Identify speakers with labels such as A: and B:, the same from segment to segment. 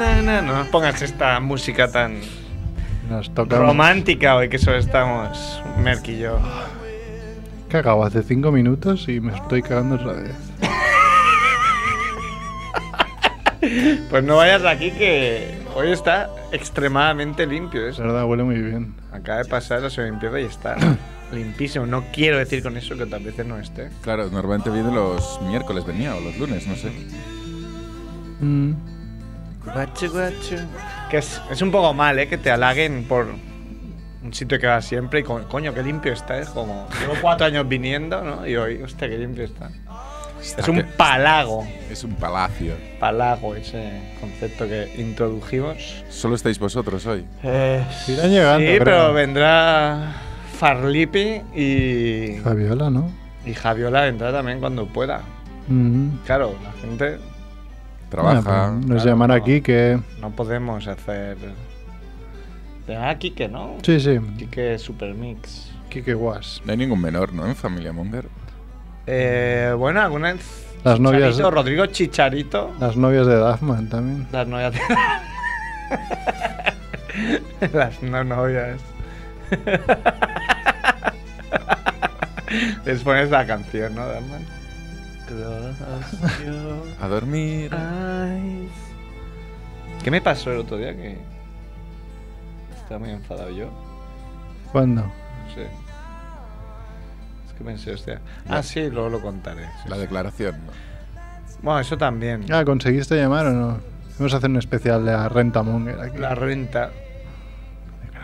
A: nos pongas esta música tan
B: Nos toca. un-
A: romántica hoy que solo estamos Merck y yo.
B: Cagado hace cinco minutos y me estoy cagando otra vez.
A: Pues no vayas de aquí que hoy está extremadamente limpio
B: Es
A: eso.
B: verdad, huele muy bien.
A: Acaba de pasar la Olimpiada y está limpísimo. No quiero decir con eso que otras veces no esté.
C: Claro, normalmente viene los miércoles, venía, o los lunes, no sé.
B: Mm.
A: Que es, es un poco mal, ¿eh? Que te halaguen por un sitio que vas siempre y con, coño, qué limpio está. Es como, llevo cuatro años viniendo, ¿no? Y hoy, hostia, qué limpio está. Es
C: Está
A: un
C: que-
A: palago.
C: es un palacio.
A: Palago, ese concepto que introdujimos.
C: Solo estáis vosotros hoy.
B: Irán llegando,
A: Sí,
B: creo.
A: pero vendrá Farlipi y,
B: Fabiola, ¿no?
A: y Javiola vendrá también cuando pueda.
B: Mm.
A: Claro, la gente
C: Trabaja.
B: Bueno, pues nos
A: Claro,
B: llaman
A: no.
B: aquí que.
A: no podemos hacer. Llamar a Kike, ¿no?
B: Sí, sí.
A: Kike Supermix.
B: Kike Guas.
C: No hay ningún menor, ¿no? En Familia Munger.
A: Eh, bueno, alguna vez.
B: Las novias-
A: Chicharito, Rodrigo Chicharito.
B: Las novias de Dazman también.
A: Las novias. de- Las no novias. Les pones la canción, ¿no, Darman? Close your
C: A dormir.
A: Ah. eyes. ¿Qué me pasó el otro día? Que. Estaba muy enfadado yo.
B: ¿Cuándo?
A: No sé. Es que pensé, hostia. Ah, sí, luego lo contaré. sí,
C: La
A: sí.
C: declaración. ¿no?
A: Bueno, eso también.
B: Ah, ¿conseguiste llamar o no? Vamos a hacer un especial de la renta Munger aquí.
A: La renta.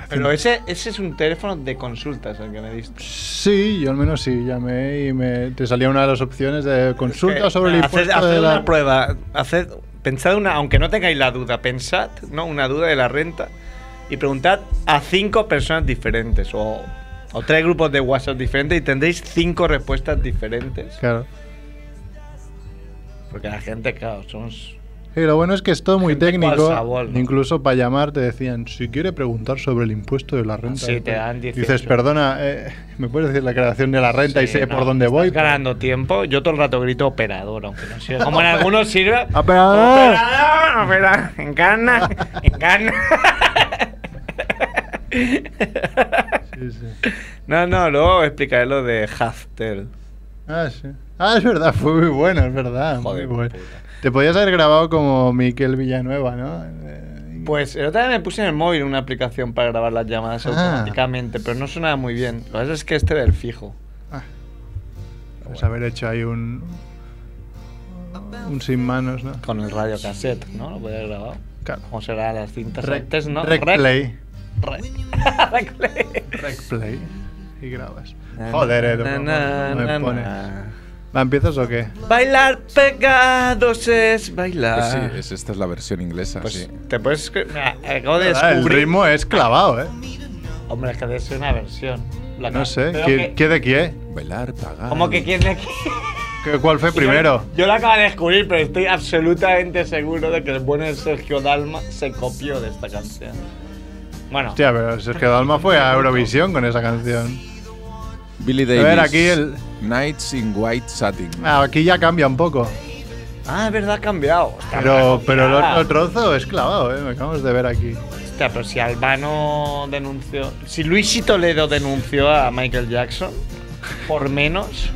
A: Pero ese, ese es un teléfono de consultas el que me diste.
B: Sí, yo al menos sí llamé y me te salía una de las opciones de consulta
A: Es que,
B: sobre el
A: haced-
B: impuesto
A: haced
B: de
A: una
B: la...
A: prueba. Haced, pensad una, aunque no tengáis la duda, pensad, ¿no? Una duda de la renta. Y preguntad a cinco personas diferentes. O, o tres grupos de WhatsApp diferentes y tendréis cinco respuestas diferentes.
B: Claro.
A: Porque la gente, claro, somos.
B: Y lo bueno es que es todo muy
A: Gente cual
B: técnico.
A: sabor, ¿no?
B: Incluso para llamar te decían, si quiere preguntar sobre el impuesto de la renta.
A: Ah, Sí, te dan 18.
B: Dices, perdona, eh, ¿me puedes decir la creación de la renta y
A: Sí,
B: sé
A: no,
B: por dónde
A: estás
B: voy?
A: ganando tiempo. Yo todo el rato grito operador, aunque no sirva. Como en algunos sirve.
B: ¡Operador!
A: ¡Operador! ¡Operador! ¡Encarna! ¡Encarna!
B: Sí, sí.
A: No, no, luego explicaré lo de Haftel.
B: Ah, sí. Ah, es verdad, fue muy bueno, es verdad. Ah,
A: Joder, pues.
B: muy bueno.
A: puta.
B: Te podías haber grabado como Miquel Villanueva, ¿no? Eh,
A: Pues el otro día me puse en el móvil una aplicación para grabar las llamadas
B: Ah.
A: automáticamente, pero no sonaba muy bien. Lo que pasa es que este era el fijo.
B: Ah. Pues haber hecho ahí un. Un sin manos, ¿no?
A: Con el radio cassette, ¿no? Lo podía haber grabado.
B: Claro.
A: ¿Cómo será las cintas
B: Rec-
A: antes, no?
B: rec play.
A: Rec. Rec play.
B: Rec play. Y grabas. Joder, eh,
A: Na,
B: no
A: na,
B: me
A: na,
B: pones.
A: na.
B: ¿La empiezas o qué?
A: Bailar pegados es bailar.
B: Ah.
C: Pues sí, es- esta es la versión inglesa.
A: Pues
C: sí.
A: te puedes. cre- Mira, Acabo de
B: Ah, el
A: descubrir.
B: ritmo es clavado, ¿eh?
A: Hombre, es que debe ser una versión. La
B: No
A: ca-
B: sé.
A: pero
B: ¿Qué,
A: que-
B: qué de quién?
C: Bailar, pagar.
A: ¿Cómo que quién de aquí?
B: ¿Qué- ¿Cuál fue primero?
A: Yo, la acabo de descubrir, pero estoy absolutamente seguro de que el buen Sergio Dalma se copió de esta canción. Bueno,
B: Hostia, pero Sergio Dalma fue a Eurovisión con esa canción.
C: Billy
B: A
C: Davis.
B: ver, aquí el-
C: Nights in White Satin.
B: Ah, aquí ya cambia un poco.
A: ah, es verdad, ha cambiado. Hostia,
B: Pero,
A: me ha
B: pero el
A: copiado.
B: otro trozo es clavado, ¿eh? Me acabamos de ver aquí.
A: Hostia, pero si Albano denunció. Si Luigi Toledo denunció a Michael Jackson, por menos.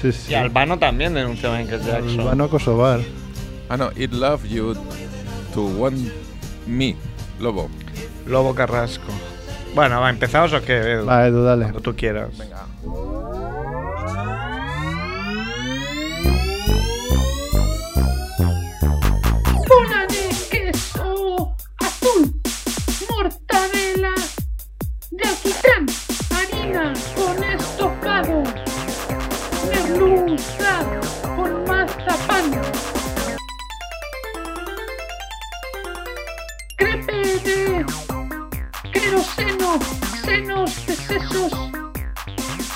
B: Sí, sí.
A: Y Albano también denunció a Michael Jackson.
B: Albano Kosovar.
C: Ah, no. It love you to want me. Lobo.
A: Lobo Carrasco. Bueno, va, empezamos o qué, Edu?
B: Va, Edu, dale.
A: Cuando tú quieras.
D: bola de queso azul, mortadela de alquitrán, harina con estocado, merluza con mazapán, crepe de queroseno, senos de sesos,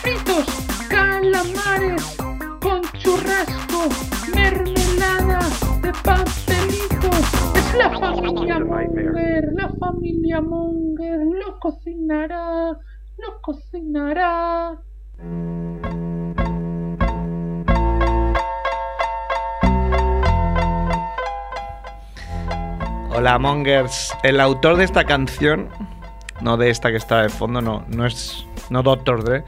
D: fritos, calamares con churrasco, mermelada de pastelitos. Es la familia Munger, la familia Munger lo cocinará, lo cocinará.
A: Hola, Mongers. El autor de esta canción, no de esta que está de fondo, no, no es no Doctor Dre,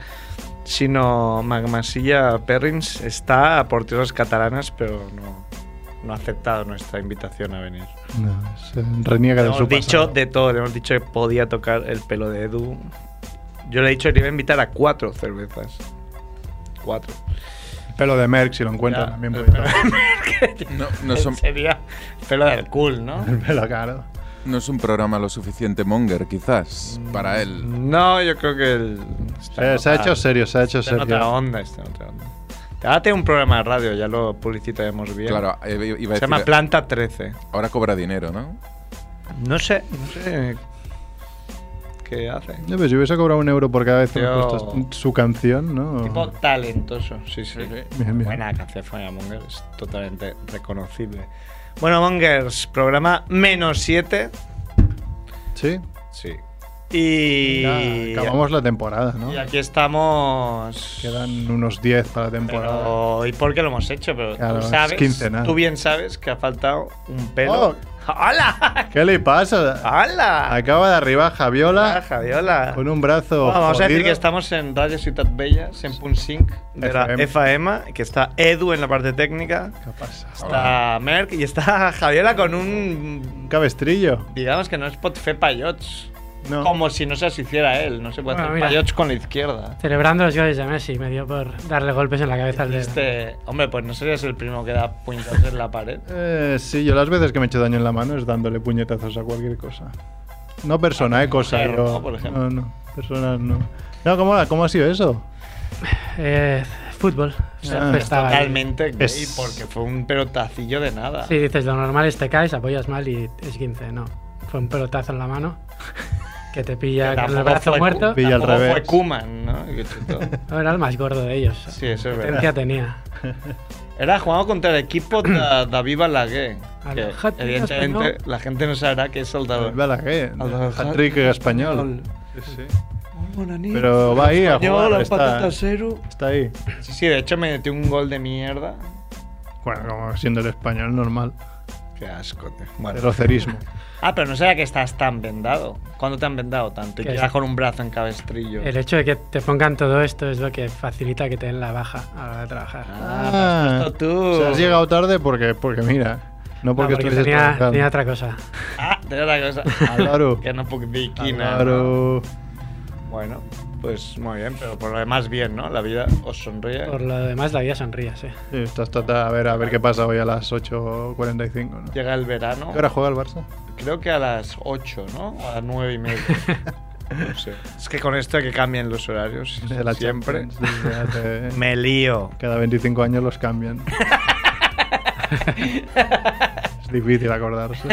A: sino Magmasilla Perrins, está a por tierras catalanas, pero no, no ha aceptado nuestra invitación a venir.
B: No, se reniega
A: Le
B: de su
A: hemos dicho
B: pasado.
A: de todo, le hemos dicho que podía tocar el pelo de Edu. Yo le he dicho que le iba a invitar a cuatro cervezas. Cuatro.
B: Pelo de Merck, si lo encuentran
A: Ya,
B: también.
A: el
B: puede
A: pelo
B: estar.
C: No, no, es un,
A: Sería pelo del cool, ¿no?
B: El pelo caro.
C: no es un programa lo suficiente monger, quizás, para él.
B: Mm,
A: No, yo creo que el.
B: Eh, se ha hecho serio, se ha hecho
A: Está en otra
B: serio.
A: onda, está en otra onda. Ahora tiene un programa de radio, ya lo publicitaremos bien.
C: Claro, eh, iba a
A: Se llama
C: decir,
A: Planta 13.
C: ahora cobra dinero, ¿no?
A: No sé, no sé. ¿Qué hace?
B: Ya, pero si hubiese cobrado un euro por cada vez que me
A: Yo-
B: puestas su canción, ¿no?
A: Tipo talentoso, sí, sí.
B: Bien, bien.
A: Buena canción Fania Monger, es totalmente reconocible. Bueno, Mongers, programa menos 7.
B: Sí.
A: Sí. Y.
B: Ya acabamos la temporada, ¿no?
A: Y aquí estamos.
B: Quedan unos 10 para la temporada.
A: Pero, ¿Y por qué lo hemos hecho? Pero
B: Claro,
A: tú
B: es
A: sabes,
B: quincenal.
A: tú bien sabes que ha faltado un pelo.
B: Oh.
A: ¡Hala!
B: ¿Qué le
A: Ah.
B: pasa?
A: ¡Hala!
B: Acaba de arribar
A: ¡Hola,
B: Javiola
A: Javiola!
B: con un brazo.
A: Bueno, Ah. vamos a decir
B: jodido.
A: que estamos en Radio Ciudad Bella, en Punsync de la
B: FM.
A: FM, que está Edu en la parte técnica,
B: ¿Qué pasa?
A: está Merck y está Javiola con un.
B: Un cabestrillo.
A: Digamos que no es pot fer payots.
B: No.
A: Como si no se las hiciera él, no se puede
E: Bueno,
A: hacer
E: mira.
A: payots con la izquierda.
E: Celebrando los goles de Messi, me dio por darle golpes en la cabeza al dedo.
A: Este, hombre, pues no serías el primo que da puñetazos en la pared.
B: Eh, sí, yo las veces que me he hecho daño en la mano es dándole puñetazos a cualquier cosa. No persona, eh, cosa.
A: mujer,
B: yo-
A: ¿no? Por ejemplo.
B: no, no, personas no. No, ¿cómo, cómo ha sido eso?
E: Eh, fútbol. O sea,
B: Ah,
E: pues estaba ahí.
A: Totalmente gay,
B: Es-
A: porque fue un pelotacillo de nada.
E: Sí, dices, lo normal es te caes, apoyas mal y es 15. No, fue un pelotazo en la mano que te pilla
A: Que
E: con el
A: tampoco
E: brazo
A: fue
E: muerto.
A: Ku-
B: Pilla al
A: tampoco fue
B: revés.
A: Kuman, ¿no? Que chutó.
E: No, era el más gordo de ellos.
A: Sí, eso es
E: Potencia
A: verdad.
E: tenía.
A: Era jugado contra el equipo de, de Viva Lagué. Que,
E: Alejandro
A: evidentemente,
E: Español.
A: la gente no sabrá que es el de...
B: Balaguer,
A: Al- al-
B: hat-trick español. Sí, sí. Pero
A: Al
B: va ahí a
A: Español,
B: jugar,
A: al
B: está.
A: patatacero.
B: Está ahí.
A: Sí, sí, de hecho me metió un gol de mierda.
B: Bueno, como siendo el español normal.
A: Qué asco, tío. Bueno.
B: Rocerismo.
A: Ah, pero no sabía que estás tan vendado. ¿Cuándo te han vendado tanto? Y
E: ¿Qué
A: que
E: es?
A: vas con un brazo en cabestrillo.
E: El hecho de que te pongan todo esto es lo que facilita que te den la baja a la hora de trabajar.
A: Ah, pues has puesto tú.
B: O sea, has llegado tarde porque, porque mira, no porque,
E: No,
B: estuvieses
E: tenía,
B: trabajando.
E: tenía otra cosa.
A: Ah, de otra cosa.
B: Claro.
A: Que no puc dir quina.
B: Ah, Claro.
A: no? Bueno, pues muy bien, pero por lo demás bien, ¿no? La vida os sonríe.
E: Por lo demás, la vida sonríe, sí.
B: Sí, estás tata- a ver, a ver qué pasa hoy a las 8.45, ¿no? ¿Qué
A: Llega el verano.
B: hora juega el Barça?
A: Creo que a las 8, ¿no? O a las 9 y media. No sé. Es que con esto hay que cambian los horarios.
B: De la
A: Pues siempre.
B: Champions, desde hace-
A: Me lío.
B: Cada 25 años los cambian. es difícil acordarse.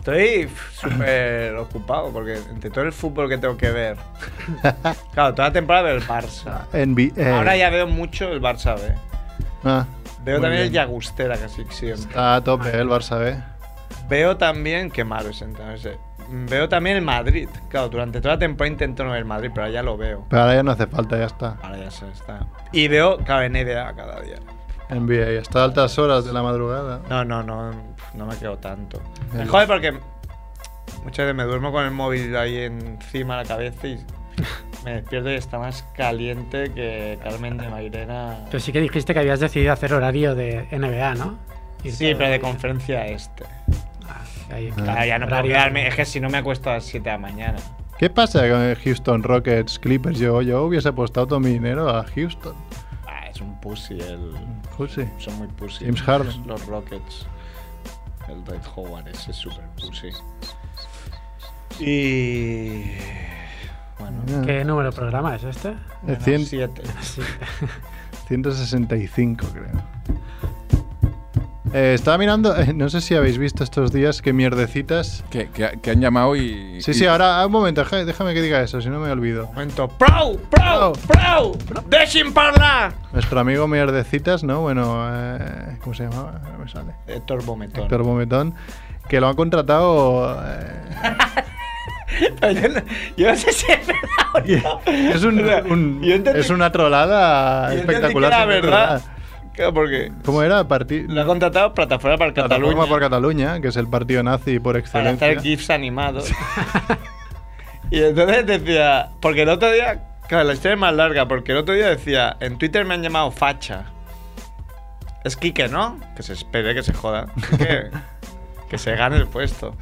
A: Estoy f- súper ocupado porque entre todo el fútbol que tengo que ver. Claro, toda la temporada veo el Barça.
B: NBA.
A: Ahora ya veo mucho el Barça B.
B: Ah,
A: Veo
B: muy
A: también el
B: bien.
A: Llagustera casi siempre.
B: Está a tope eh, el Barça B.
A: Veo también, qué malo es entonces. eh, Veo también el Madrid. Claro, durante toda la temporada intento no ver el Madrid, pero ahora ya lo veo.
B: Pero ahora ya no hace falta, ya está.
A: Ahora ya se está. Y veo, claro, NBA cada día.
B: NBA. Está a altas horas de la madrugada.
A: No, no, no, no me quedo tanto. Me
B: El-
A: jode porque muchas veces me duermo con el móvil ahí encima de la cabeza y me despierto y está más caliente que Carmen de Mairena.
E: Pero sí que dijiste que habías decidido hacer horario de NBA, ¿no? Ir
A: Sí,
E: todo
A: pero de
E: el día.
A: conferencia este.
E: Ah, Ahí,
A: Claro, Ah, ya no puedo
E: horario.
A: quedarme. Es que si no me acuesto a las 7 de la mañana.
B: ¿Qué pasa con el Houston Rockets, Clippers? Yo, yo hubiese apostado todo mi dinero a Houston. Pues
A: Ah, es un pussy el.
B: Pussy.
A: Son muy pussy.
B: James Harden.
A: Los Rockets. El Red Howard, ese es súper pussy. Y. Bueno.
B: Ah,
E: ¿Qué número de programa es este?
B: es
A: cien-
B: cien-
A: siete.
E: Sí.
B: 165, creo. Eh, estaba mirando, eh, no sé si habéis visto estos días qué mierdecitas.
C: Que, que- que han llamado y.
B: Sí,
C: y-
B: sí, ahora, ah, un momento, deja- déjame que diga eso, si no me olvido.
A: Momento. Prou, prou, prou! Deixi'm parlar!
B: Nuestro amigo mierdecitas, ¿no? Bueno, eh, ¿cómo se llamaba? No me sale.
A: Héctor Bometón.
B: Héctor Bometón, que lo han contratado. eh,
A: Pero yo, no, yo no sé si es verdad o no.
B: es, un-
A: O sea,
B: un-
A: yo entendí-
B: es una trolada
A: yo entendí
B: Ah,
A: que
B: espectacular.
A: era
B: sin
A: verdad. Claro, porque
B: ¿Cómo era? Parti-
A: lo ha contratado Plataforma para Cataluña
B: Plataforma por Cataluña, que es el partido nazi por
A: para
B: excelencia.
A: hacer GIFs animados. y entonces decía, porque el otro día, claro, la historia es más larga, porque el otro día decía, en Twitter me han llamado facha. Es Quique, ¿no? Que se espere, que se joda. Que, que se gane el puesto.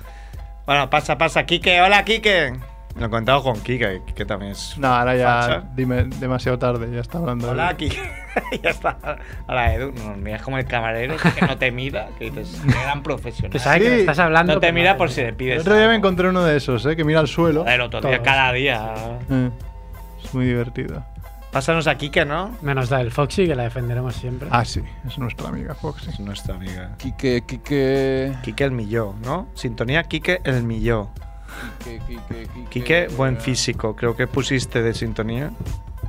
A: Bueno, pasa, pasa, Quique, hola Quique. Lo he contado con Quique, que también es.
B: No, ahora ya
A: facha.
B: dime, demasiado tarde, ya está hablando. de-
A: Hola Quique. ya está. Hola Edu, no nos miras como el camarero que no te mira, que dices, gran profesional.
E: Que sabes que
B: Sí.
E: le estás hablando.
A: no te
E: pero
A: mira
E: no
A: por si le
B: El
A: pides.
B: otro día me
A: algo.
B: encontré uno de esos, ¿eh? que mira al suelo.
A: El otro día,
E: Todos.
A: cada día.
B: Eh, es muy divertido.
A: Pásanos aquí que no.
E: Menos da el Foxy, que la defenderemos siempre.
B: Ah, sí, es nuestra amiga Foxy.
A: nuestra amiga.
C: Quique, Quique.
A: Quique el Milló, ¿no? Sintonía Quique el Milló.
C: Quique, Quique, Quique. eh,
A: Quique, buen físico. Creo que pusiste de sintonía.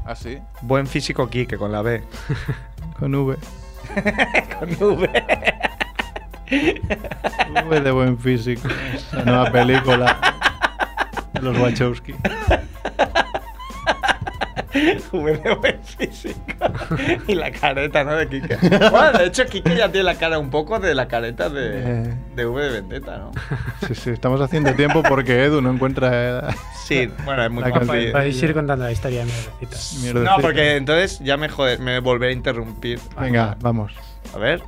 C: Ah, sí.
A: Buen físico Quique, con la B.
B: Con V.
A: Con V.
B: V de buen físico. La nueva película de los Wachowski.
A: V de buen físico. Y la careta, ¿no? De Quique. Bueno, de hecho, Quique ya tiene la cara un poco de la careta de,
B: Eh.
A: de V de Vendetta, ¿no?
B: Sí, sí, estamos haciendo tiempo porque Edu no encuentra. eh,
A: Sí, bueno, es muy
B: La
A: fácil.
B: canción.
E: Podéis ir contando la historia de mierdecita.
B: Mierda.
A: No, porque entonces ya me jode, me volveré a interrumpir.
B: Venga, vamos.
A: A ver.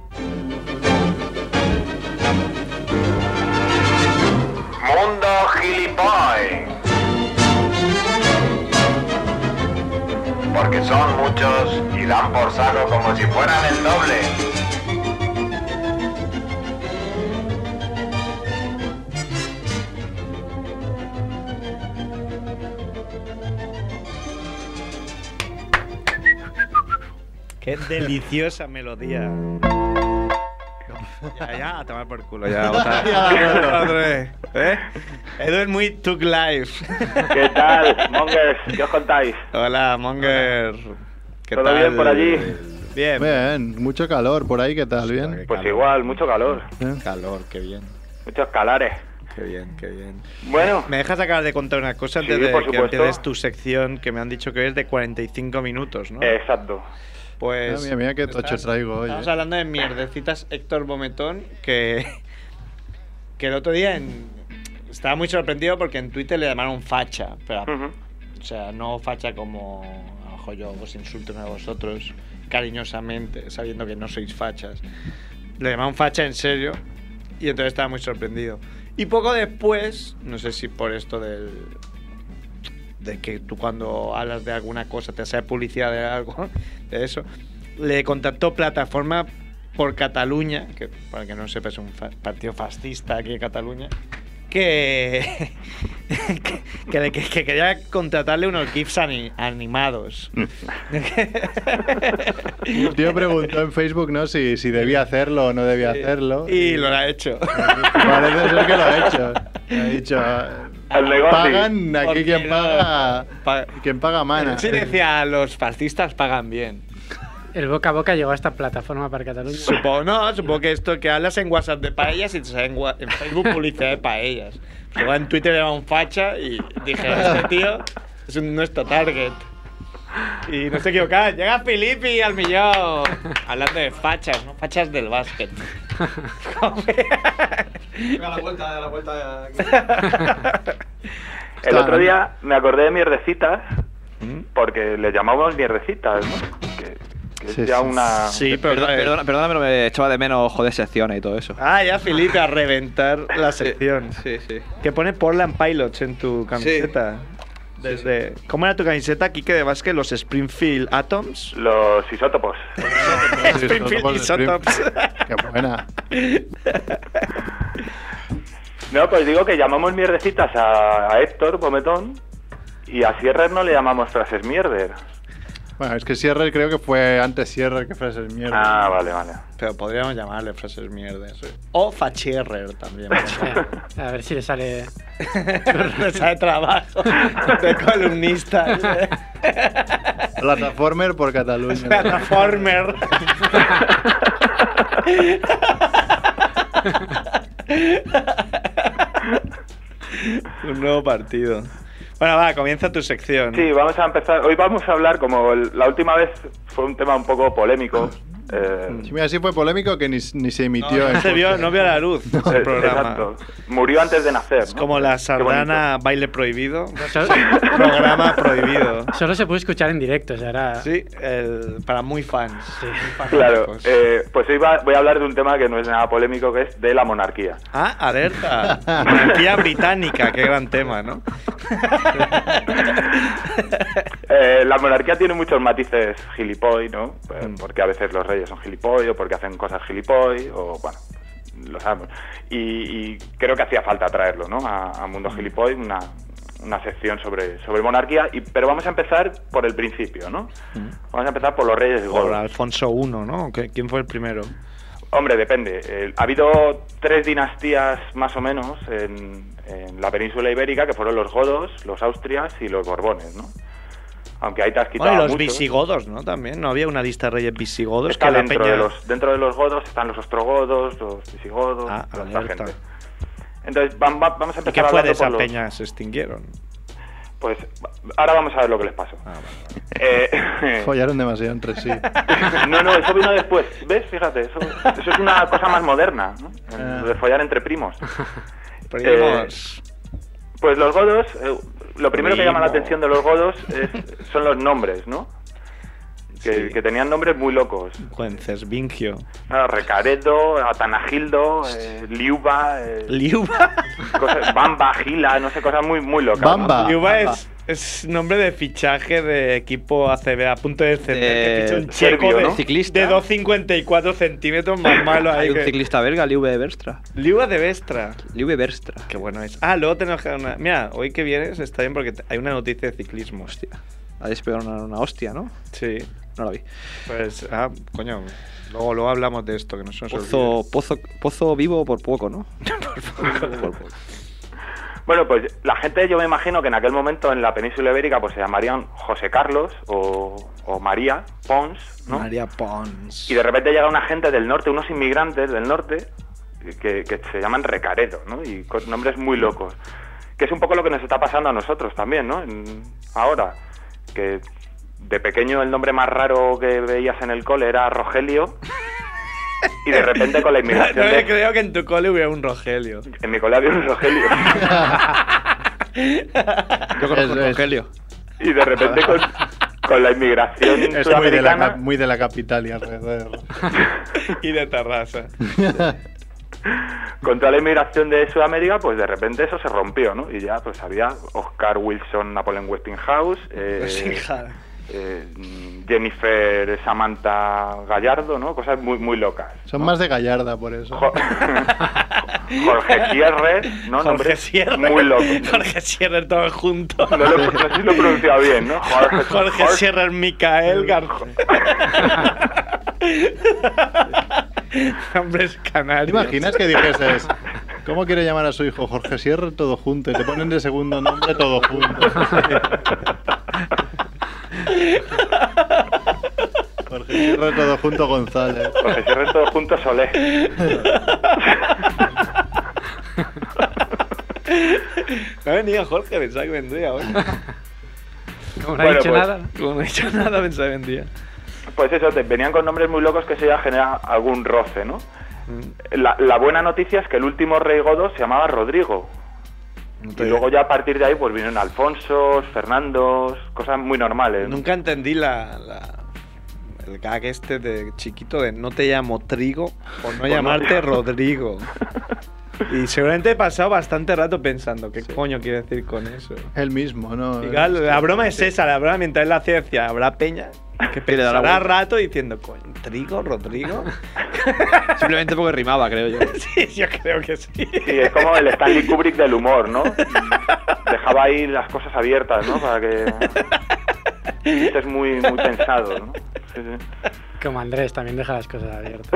F: Mundo Gilipoy. Porque son muchos y dan por saco como si fueran el doble.
A: Qué deliciosa melodía. Ya, ya, a tomar por culo, ya. Otra,
B: Ya,
A: otra vez. ¿Eh? Edu es muy Took Life.
G: ¿Qué tal, mongers? ¿Qué os contáis?
A: Hola, Monger. ¿Qué
G: ¿Todo
A: tal?
G: bien por allí?
A: Bien.
B: Bien, mucho calor por ahí, ¿qué tal? Bien.
G: Pues
A: Calor.
G: igual, mucho calor,
B: ¿Eh?
A: Calor, qué bien.
G: muchos calares.
A: Qué bien, qué bien.
G: Bueno,
A: ¿Me dejas acabar de contar una cosa
G: Sí,
A: antes de
G: por
A: que
G: supuesto.
A: empieces tu sección que me han dicho que es de 45 minutos, ¿no?
G: exacto.
A: Pues.
B: Mira, mira qué tocho
A: estás-
B: traigo hoy.
A: Estamos
B: eh.
A: hablando de mierdecitas Héctor Bometón, que, que el otro día en- estaba muy sorprendido porque en Twitter le llamaron facha. Pero,
G: Ujú.
A: O sea, no facha como a lo mejor yo os insulto a vosotros cariñosamente, sabiendo que no sois fachas. Le llamaron facha en serio y entonces estaba muy sorprendido. Y poco después, no sé si por esto del de que tú cuando hablas de alguna cosa te hace publicidad de algo, de eso, le contactó Plataforma por Cataluña, que para que no sepa es un fa- partido fascista aquí en Cataluña, que, que, que le- que- que quería contratarle unos GIFs ani- animados.
B: El tío preguntó en Facebook, ¿no? Si, si debía hacerlo o no debía hacerlo.
A: Y lo ha hecho.
B: Parece ser que lo ha hecho. Ha dicho. eh,
G: El negocio.
B: Pagan aquí
A: Porque
B: quien
A: no-
B: paga.
A: pa-
B: Quien paga mana.
A: Sí decía, los fascistas pagan bien.
E: El boca a boca llegó a esta plataforma para Cataluña.
A: Supongo, no, supongo que esto que hablas en WhatsApp de paellas y te sale en, wa- en Facebook publicidad de paellas. Luego en Twitter era un facha y dije, este tío es un- nuestro target. Y no se equivocaba, llega Filippi al millón. Hablando de fachas, ¿no? Fachas del básquet.
H: la vuelta, da la vuelta.
G: El otro día me acordé de mierdecitas
A: ¿Mm?
G: porque le llamábamos mierdecitas, ¿no? Que, que
B: Sí,
G: es ya
B: sí.
G: una...
A: sí, pero...
H: Perdón, Ah, perdona, perdóname, pero me echaba de menos joder secciones y todo eso.
A: Ah, ya Filippi a reventar la sección.
H: Sí, sí.
A: Que pone Portland Pilots en tu camiseta. Desde, ¿Cómo era tu camiseta, Kike de básquet? Los Springfield Atoms.
G: Los isótopos.
B: Sí,
A: Springfield Isotopes.
B: Qué buena.
G: No, pues digo que llamamos mierdecitas a, a Héctor Pometón y a Sierrer no le llamamos frases mierder.
B: Bueno, es que Sierra creo que fue antes Sierra que frases mierda.
G: Ah, vale, vale.
A: Pero podríamos llamarle frases mierdas. ¿eh? O fachierrer también.
E: Mira, Eh, A ver si le sale.
A: de sabe trabajo. De columnista.
B: Plataformer por Cataluña.
A: Plataformer. Un nuevo partido. Bueno, va, comienza tu sección.
G: Sí, vamos a empezar. Hoy vamos a hablar, como el- la última vez fue un tema un poco polémico, Eh,
B: Sí, mira, sí fue polémico que ni, ni se emitió.
A: No,
B: en
A: no se vio, no vio la luz
G: eh,
A: el programa.
G: Exacto. Murió antes de nacer.
A: Es
G: ¿no?
A: como la
G: Qué
A: sardana baile prohibido.
E: Solo,
A: programa prohibido.
E: solo se puede escuchar en directo, o sea, era...
A: Sí, el- para muy fans.
E: Sí.
A: Muy
G: Claro,
A: fanáticos.
G: eh, pues hoy va- voy a hablar de un tema que no es nada polémico, que es de la monarquía.
A: Ah, alerta. Monarquía británica, qué gran tema, ¿no?
G: Eh, la monarquía tiene muchos matices gilipoy, ¿no? Eh, Porque a veces los reyes son gilipoy, o porque hacen cosas gilipoy, o bueno, lo sabemos. Y, y creo que hacía falta traerlo, ¿no? A, a Mundo Gilipoy, una, una sección sobre, sobre monarquía. Y, pero vamos a empezar por el principio, ¿no? Vamos a empezar por los reyes
A: Por
G: godos.
A: Alfonso I, ¿no? ¿Qué- ¿Quién fue el primero?
G: Hombre, depende. Eh, ha habido tres dinastías más o menos en, en la península ibérica, que fueron los godos, los austrias y los borbones, ¿no? Aunque ahí te has quitado
A: Bueno, y
G: a
A: los
G: muchos.
A: visigodos, ¿no? También, ¿no? Había una lista de reyes visigodos
G: Está
A: que la
G: dentro,
A: peña-
G: de los, dentro de los godos están los ostrogodos, los visigodos,
A: Ah,
G: toda esta
A: alerta.
G: gente. Entonces, vam- va- vamos a
A: ¿Y
G: empezar
A: qué fue de
G: hablando
A: esa
G: por los-
A: peña? Se extinguieron.
G: Pues ahora vamos a ver lo que les pasó.
A: Ah.
G: Eh,
B: Follaron demasiado entre sí.
G: no, no, eso vino después. ¿Ves? Fíjate, eso, eso es una cosa más moderna, ¿no?
A: Ah.
G: Lo de follar entre primos.
A: Pero
G: Eh,
A: digamos,
G: Pues los godos, eh, lo primero que llama la
A: Primo.
G: atención de los godos es- son los nombres, ¿no? Que,
A: Sí.
G: que tenían nombres muy locos.
A: Cuencesvingio.
G: Ah, Recaredo, Atanagildo, eh, Liuba, eh,
A: Liuba.
G: cosas- Bamba, Gila, no sé, cosas muy, muy locas. ¿no?
H: Ah.
B: Bamba.
A: Liuba
B: Bamba.
A: es, es nombre de fichaje de equipo ACB a punto de descender.
H: De-
A: que fichó un
G: serbio,
A: checo de,
G: ¿no?
H: Ciclista.
A: de 2,54 centímetros más malo
H: Hay
A: ahí.
H: un
A: que-
H: ciclista belga, Liube Verstra.
A: Liuba de Vestra.
H: Liube Verstra.
A: Qué bueno es. Ah, luego tenemos que dar una. Mira, hoy que vienes está bien porque te- hay una noticia de ciclismo.
H: Hostia. Habéis pegado una, una hostia, ¿no?
A: Sí.
H: No la vi.
A: Pues, ah, coño. Luego, luego hablamos de esto, que no se nos
H: Pozo,
A: olvide.
H: pozo, pozo vivo por poco, ¿no? por poco.
G: Bueno, pues la gente yo me imagino que en aquel momento en la península ibérica pues se llamarían José Carlos o, o María Pons, ¿no?
A: María Pons.
G: Y de repente llega una gente del norte, unos inmigrantes del norte, que, que se llaman Recaredo, ¿no? Y con nombres muy locos. Que es un poco lo que nos está pasando a nosotros también, ¿no? En- ahora, que de pequeño el nombre más raro que veías en el cole era Rogelio. Y de repente con la
A: No,
G: inmigración
A: me
G: de...
A: creo que en tu cole hubiera un Rogelio.
G: En mi cole había un Rogelio.
H: Yo conozco
B: Eso
H: a
B: es.
H: Rogelio.
G: Y de repente con, con la inmigración
B: Es muy de, la,
G: sudamericana,
B: cap- muy de la capital y alrededor.
A: y de Tarrasa.
G: con toda la inmigración de Sudamérica, pues de repente eso se rompió, ¿no? Y ya pues había Oscar Wilson, Napoleon Westinghouse, eh, eh, Jennifer Samantha Gallardo, ¿no? Cosas muy muy locas.
B: Son más de gallarda por eso.
G: Jo- Jorge Sierres, ¿no?
A: Jorge
G: Nombre
A: Sierra.
G: muy loco.
A: Jorge Sierra, todos juntos.
G: No, lo, no sé si lo he pronunciado bien, ¿no? Jorge,
A: Jorge
G: Jorge-
A: Sierra, Micael García. Nombres
B: ¿Te
A: canarios.
B: imaginas que dijese ¿Cómo quiere llamar a su hijo Jorge Sierra todo junto? Y te ponen de segundo nombre todo junto. Jorge Sierra todo junto González.
G: Jorge Sierres todos juntos Solé.
A: No ha venido Jorge, pensaba que vendría hoy.
E: Como no ha
G: Bueno,
E: dicho
G: pues,
E: nada,
A: Como no he hecho nada, pensaba que vendría.
G: Pues eso, te- venían con nombres muy locos que eso ya genera algún roce, ¿no? La, la buena noticia es que el último rey godo se llamaba Rodrigo. Y luego ya a partir de ahí pues vinieron Alfonso, Fernandos, cosas muy normales. ¿no?
A: Nunca entendí la, la- el gag este de chiquito de no te llamo trigo por no
G: Por no
A: llamarte
G: llam-
A: Rodrigo. Y seguramente he pasado bastante rato pensando qué coño quiere decir con eso.
B: El mismo, ¿no?
A: Y claro, la broma es esa, la broma mientras es la ciencia habrá peña que
H: Que le dará
A: pensará
H: vuelta.
A: rato diciendo coño, trigo, Rodrigo.
H: Simplemente porque rimaba, creo yo.
A: sí, yo creo que sí.
G: Sí, es como el Stanley Kubrick del humor, ¿no? Dejaba ahí las cosas abiertas, ¿no? Para que... Es muy, muy pensado, ¿no? Sí, sí.
E: como Andrés, también deja las cosas abiertas.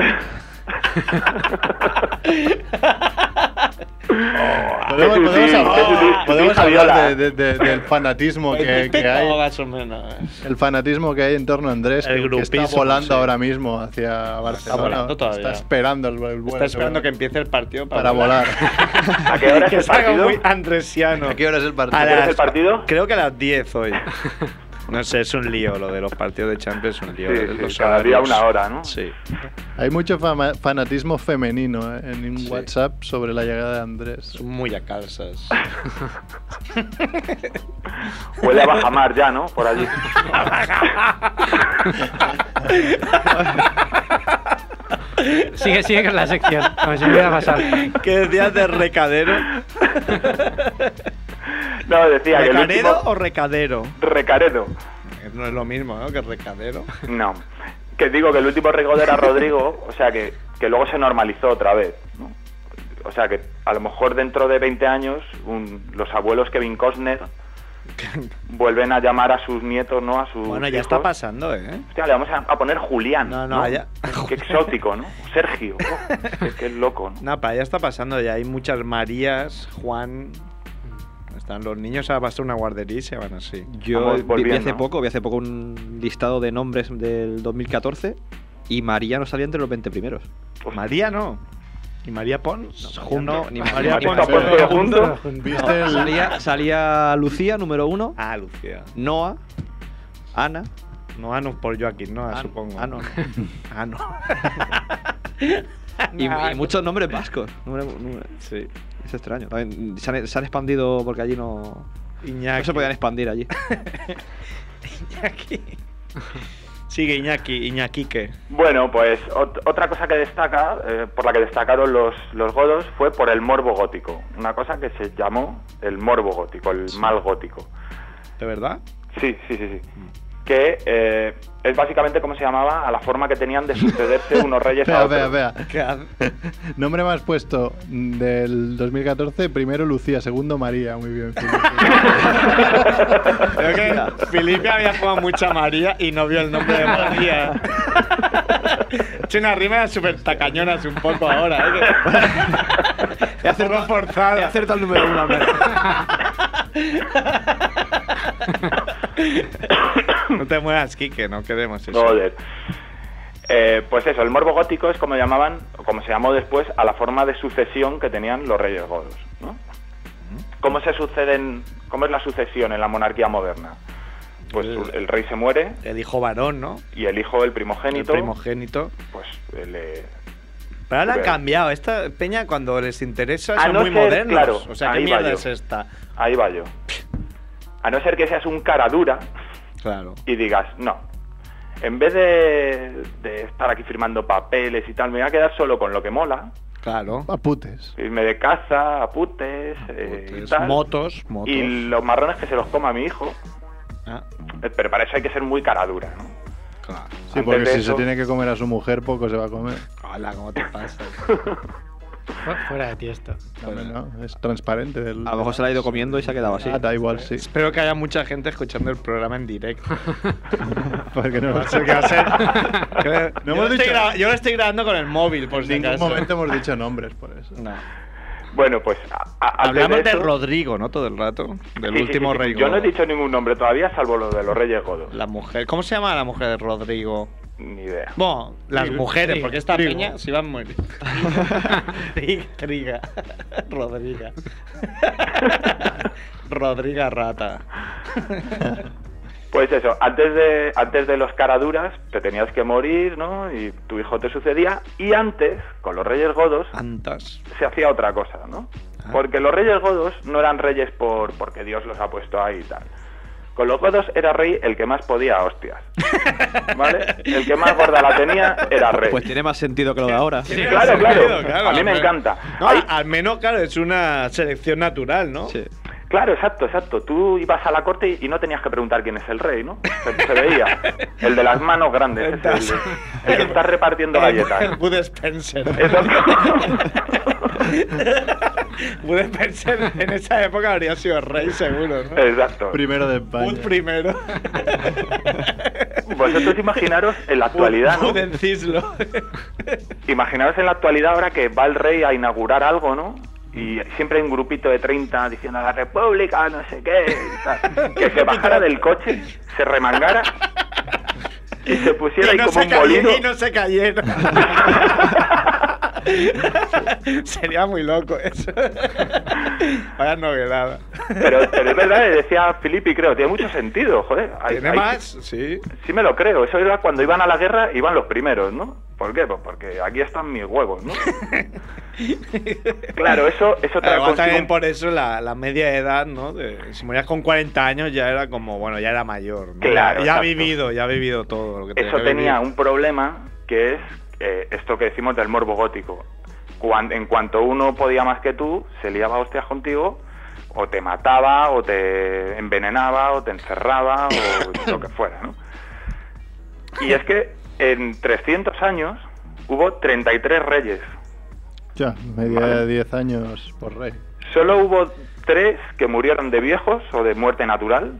A: Oh,
B: Podemos,
G: Sí, sí, sí,
B: podemos hablar-
G: sí, sí, sí,
B: podemos
G: sí, Fabiola.
B: hablar de- de- de- del fanatismo que, que hay.
A: Pues más o menos. ¿eh?
B: El fanatismo que hay en torno a Andrés,
A: El
B: que- que está
A: grupismo,
B: volando
A: sí.
B: ahora mismo hacia Barcelona.
A: volando todavía.
B: Está esperando el, el vuelo,
A: Está esperando
B: seguro,
A: que empiece el partido para,
B: para volar.
G: ¿A qué hora es
A: que
G: el
A: es algo
G: partido?
A: muy andresiano.
B: ¿A qué hora es el
A: A
B: partido?
G: ¿Quieres
A: las-
G: el partido?
A: Creo que a las 10 hoy. No sé, es un lío lo de los partidos de Champions, es un lío.
G: Sí,
A: los
G: sí, cada día
A: horarios.
G: una hora, ¿no?
A: Sí.
B: Hay mucho fama- fanatismo femenino eh, en un
A: Sí.
B: WhatsApp sobre la llegada de Andrés.
A: Son muy a calzas.
G: Huele a bajamar ya, ¿no? Por allí.
E: Sigue, sigue con la sección. Como si me hubiera pasado.
A: ¿Qué decías de recadero?
G: No, decía que el
A: ¿Recaredo
G: último-
A: o recadero?
G: Recaredo.
A: No es lo mismo, ¿no? Que recadero.
G: No. Que digo que el último recodo era Rodrigo, o sea que, que luego se normalizó otra vez. ¿no? O sea que a lo mejor dentro de 20 años un- los abuelos Kevin Costner vuelven a llamar a sus nietos, ¿no? A sus
A: Bueno, ya está
G: hijos.
A: pasando, ¿eh?
G: Hostia, le vamos a, a poner Julián.
A: No,
G: No,
A: no, ya-
G: Qué exótico, ¿no? Sergio. ¿no? Qué, qué loco, ¿no?
A: No, para allá está pasando, ya hay muchas Marías, Juan. Están los niños ah, a pasar una guardería y se van así.
H: Yo
G: Vamos
H: vi- vi,
G: volviendo.
H: hace poco, vi hace poco un listado de nombres del 2014 y María no salía entre los 20 primeros.
A: Pues María no. ¿Y María Pons?
H: No,
A: Jun-
H: no, ni
A: María
H: María
A: Pons.
G: Pons.
A: Pons.
G: Pero
E: Juntos,
G: juntos.
E: juntos.
B: ¿Viste el-
H: Salía, salía Lucía, número uno,
A: Ah, Lucía.
H: Noah, Ana.
A: No, Anus por Joaquín, no, ah,
H: An-
A: supongo.
H: Ano.
A: Ah, no.
H: Y, y muchos nombres vascos. Número- número-
A: Sí.
H: es extraño. También se, han, se han expandido porque allí no,
A: Iñaki.
H: no se podían expandir allí.
A: Iñaki. Sigue Iñaki, Iñaquique.
G: Bueno, pues ot- otra cosa que destaca, eh, por la que destacaron los, los godos, fue por el morbo gótico. Una cosa que se llamó el morbo gótico, el mal gótico.
A: ¿De verdad?
G: Sí, sí, sí, sí. Que eh, es básicamente como se llamaba a la forma que tenían de sucederse unos reyes a
B: Vea,
G: otros.
B: vea, vea. Nombre más puesto del 2014, primero Lucía, segundo María. Muy bien.
A: Creo que Felipe había jugado mucha María y no vio el nombre de María. He hecho una rima súper tacañonas un poco ahora. ¿eh?
H: He acertado-
A: Un poco forzada.
H: he acertado el número uno, hombre.
A: No te muevas, Quique, no queremos eso.
G: Joder. Eh, pues eso, el morbo gótico es como llamaban, o como se llamó después, a la forma de sucesión que tenían los reyes godos. ¿no? ¿Cómo se suceden, cómo es la sucesión en la monarquía moderna? Pues
A: Eh.
G: el rey se muere
A: El hijo varón, ¿no?
G: y el hijo, el
A: El
G: primogénito,
A: primogénito.
G: pues eh, le...
A: Pero ahora han
G: Ok.
A: cambiado. Esta peña, cuando les interesa,
G: A
A: son
G: no
A: muy
G: ser-
A: modernos.
G: claro,
A: o sea, ¿qué
G: ahí va
A: mierda
G: yo.
A: es esta?
G: ahí va yo. A no ser que seas un cara dura
A: Claro.
G: y digas, no, en vez de, de estar aquí firmando papeles y tal, me voy a quedar solo con lo que mola,
A: Claro.
B: Aputes.
G: irme de casa, a putes, eh, y
A: Motos,
G: tal.
A: motos, motos.
G: Y los marrones que se los coma mi hijo.
A: Ah,
G: Eh, Pero para eso hay que ser muy cara dura, ¿no?
A: claro.
B: Sí,
G: Antes
B: porque
G: de
B: si
G: eso-
B: se tiene que comer a su mujer, poco se va a comer.
A: Hola, ¿cómo te pasa?
E: Fu- Fuera de ti esto.
B: No, no, es transparente. del-
H: A lo mejor se la ha ido comiendo y se ha quedado así.
B: Ah, da igual, sí.
A: Espero que haya mucha gente escuchando el programa en directo.
B: Porque no,
A: Porque va a ser-
B: No
A: Yo- yo,
B: hemos
A: lo estoy
B: dicho-
A: gra- yo lo estoy grabando con el móvil, por
B: en
A: si
B: ningún
A: acaso.
B: momento hemos dicho nombres por eso.
A: No.
G: Bueno, pues. a- a- antes
A: Hablamos de
G: eso-
A: Rodrigo, ¿no? Todo el rato. Del
G: Sí, sí,
A: último
G: sí, sí.
A: rey.
G: Yo no he
A: godo.
G: dicho ningún nombre todavía, salvo lo de los Reyes Godos.
A: La mujer. ¿Cómo se llama la mujer de Rodrigo?
G: Ni idea.
A: Bueno, las mujeres,
E: Trigo.
A: porque esta
E: Trigo.
A: peña se iban a morir. Tri- Triga. Rodriga. Rodriga Rata.
G: Pues eso, antes de, antes de los caraduras te tenías que morir, ¿no? Y tu hijo te sucedía. Y antes, con los Reyes Godos,
A: Antas.
G: se hacía otra cosa, ¿no?
A: Ah.
G: Porque los reyes godos no eran reyes por porque Dios los ha puesto ahí y tal. Con los godos era rey el que más podía a hostias. ¿Vale? El que más gorda la tenía era rey.
H: Pues tiene más sentido que lo de ahora.
G: Sí, claro, claro. A mí me
A: hombre.
G: encanta.
A: No,
G: Ahí-
A: Al menos, claro, es una selección natural, ¿no?
H: Sí.
G: Claro, exacto, exacto. Tú ibas a la corte y- y no tenías que preguntar quién es el rey, ¿no? Se, se veía. El de las manos grandes, ese, el, de- el que está repartiendo
A: El
G: galletas.
A: Bud Eh, Spencer. Bud Spencer en esa época habría sido rey seguro, ¿no?
G: Exacto.
B: Primero de
A: Bud
B: España.
A: primero.
G: Vosotros imaginaros en la actualidad, ¿no?
A: Bud en Cislo.
G: Imaginaos en la actualidad ahora que va el rey a inaugurar algo, ¿no?
A: Mm.
G: Y siempre hay un grupito de 30 diciendo la República, no sé qué. y tal. Que se bajara del coche, se remangara y se pusiera
A: Y
G: ahí
A: no
G: como
A: se
G: un molino.
A: cayeron. Y no se cayeron. Sería muy loco eso. Vaya novelada.
G: Pero, pero es verdad, le decía Filippi, creo, tiene mucho sentido, joder. Hay-
A: ¿Tiene
G: hay-
A: más? Sí.
G: Sí me lo creo, eso era cuando iban a la guerra, iban los primeros, ¿no? ¿Por qué? Pues porque aquí están mis huevos, ¿no? claro, eso, eso trae
A: Además,
G: consigo
A: también
G: un-
A: por eso la, la media edad, ¿no? De- si morías con 40 años ya era como, bueno, ya era mayor. ¿no?
G: Claro,
A: Ya- Ya
G: exacto.
A: ha vivido, ya ha vivido todo lo que
G: Eso
A: que
G: tenía
A: vivir.
G: un problema que es eh, esto que decimos del morbo gótico. Cuan- en cuanto uno podía más que tú, se liaba a hostias contigo, o te mataba, o te envenenaba, o te encerraba, o lo que fuera, ¿no? Y es que en 300 años hubo 33 reyes.
B: Ya, media
G: Vale.
B: de 10 años por rey.
G: Solo hubo tres que murieron de viejos o de muerte natural,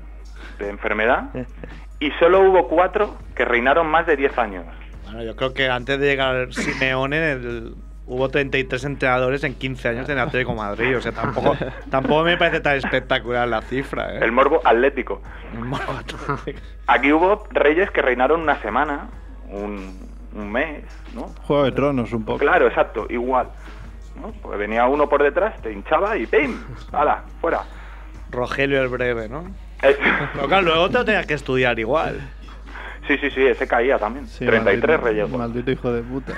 G: de enfermedad, y solo hubo cuatro que reinaron más de 10 años.
A: Bueno, yo creo que antes de llegar Simeone, el- hubo 33 entrenadores en 15 años en Atlético de Madrid. O sea, tampoco, tampoco me parece tan espectacular la cifra, ¿eh?
G: El morbo atlético. Aquí hubo reyes que reinaron una semana, un, un mes, ¿no?
B: Juego de Tronos un poco.
G: Claro, exacto, igual. ¿no? Porque venía uno por detrás, te hinchaba y ¡pim! ¡Hala! ¡Fuera!
A: Rogelio el Breve, ¿no?
G: Eh,
A: Pero claro, luego te lo tenías que estudiar igual.
G: sí, sí, sí, ese caía también.
B: Sí,
G: 33
B: maldito-
G: reyes. pues.
B: Maldito hijo de puta.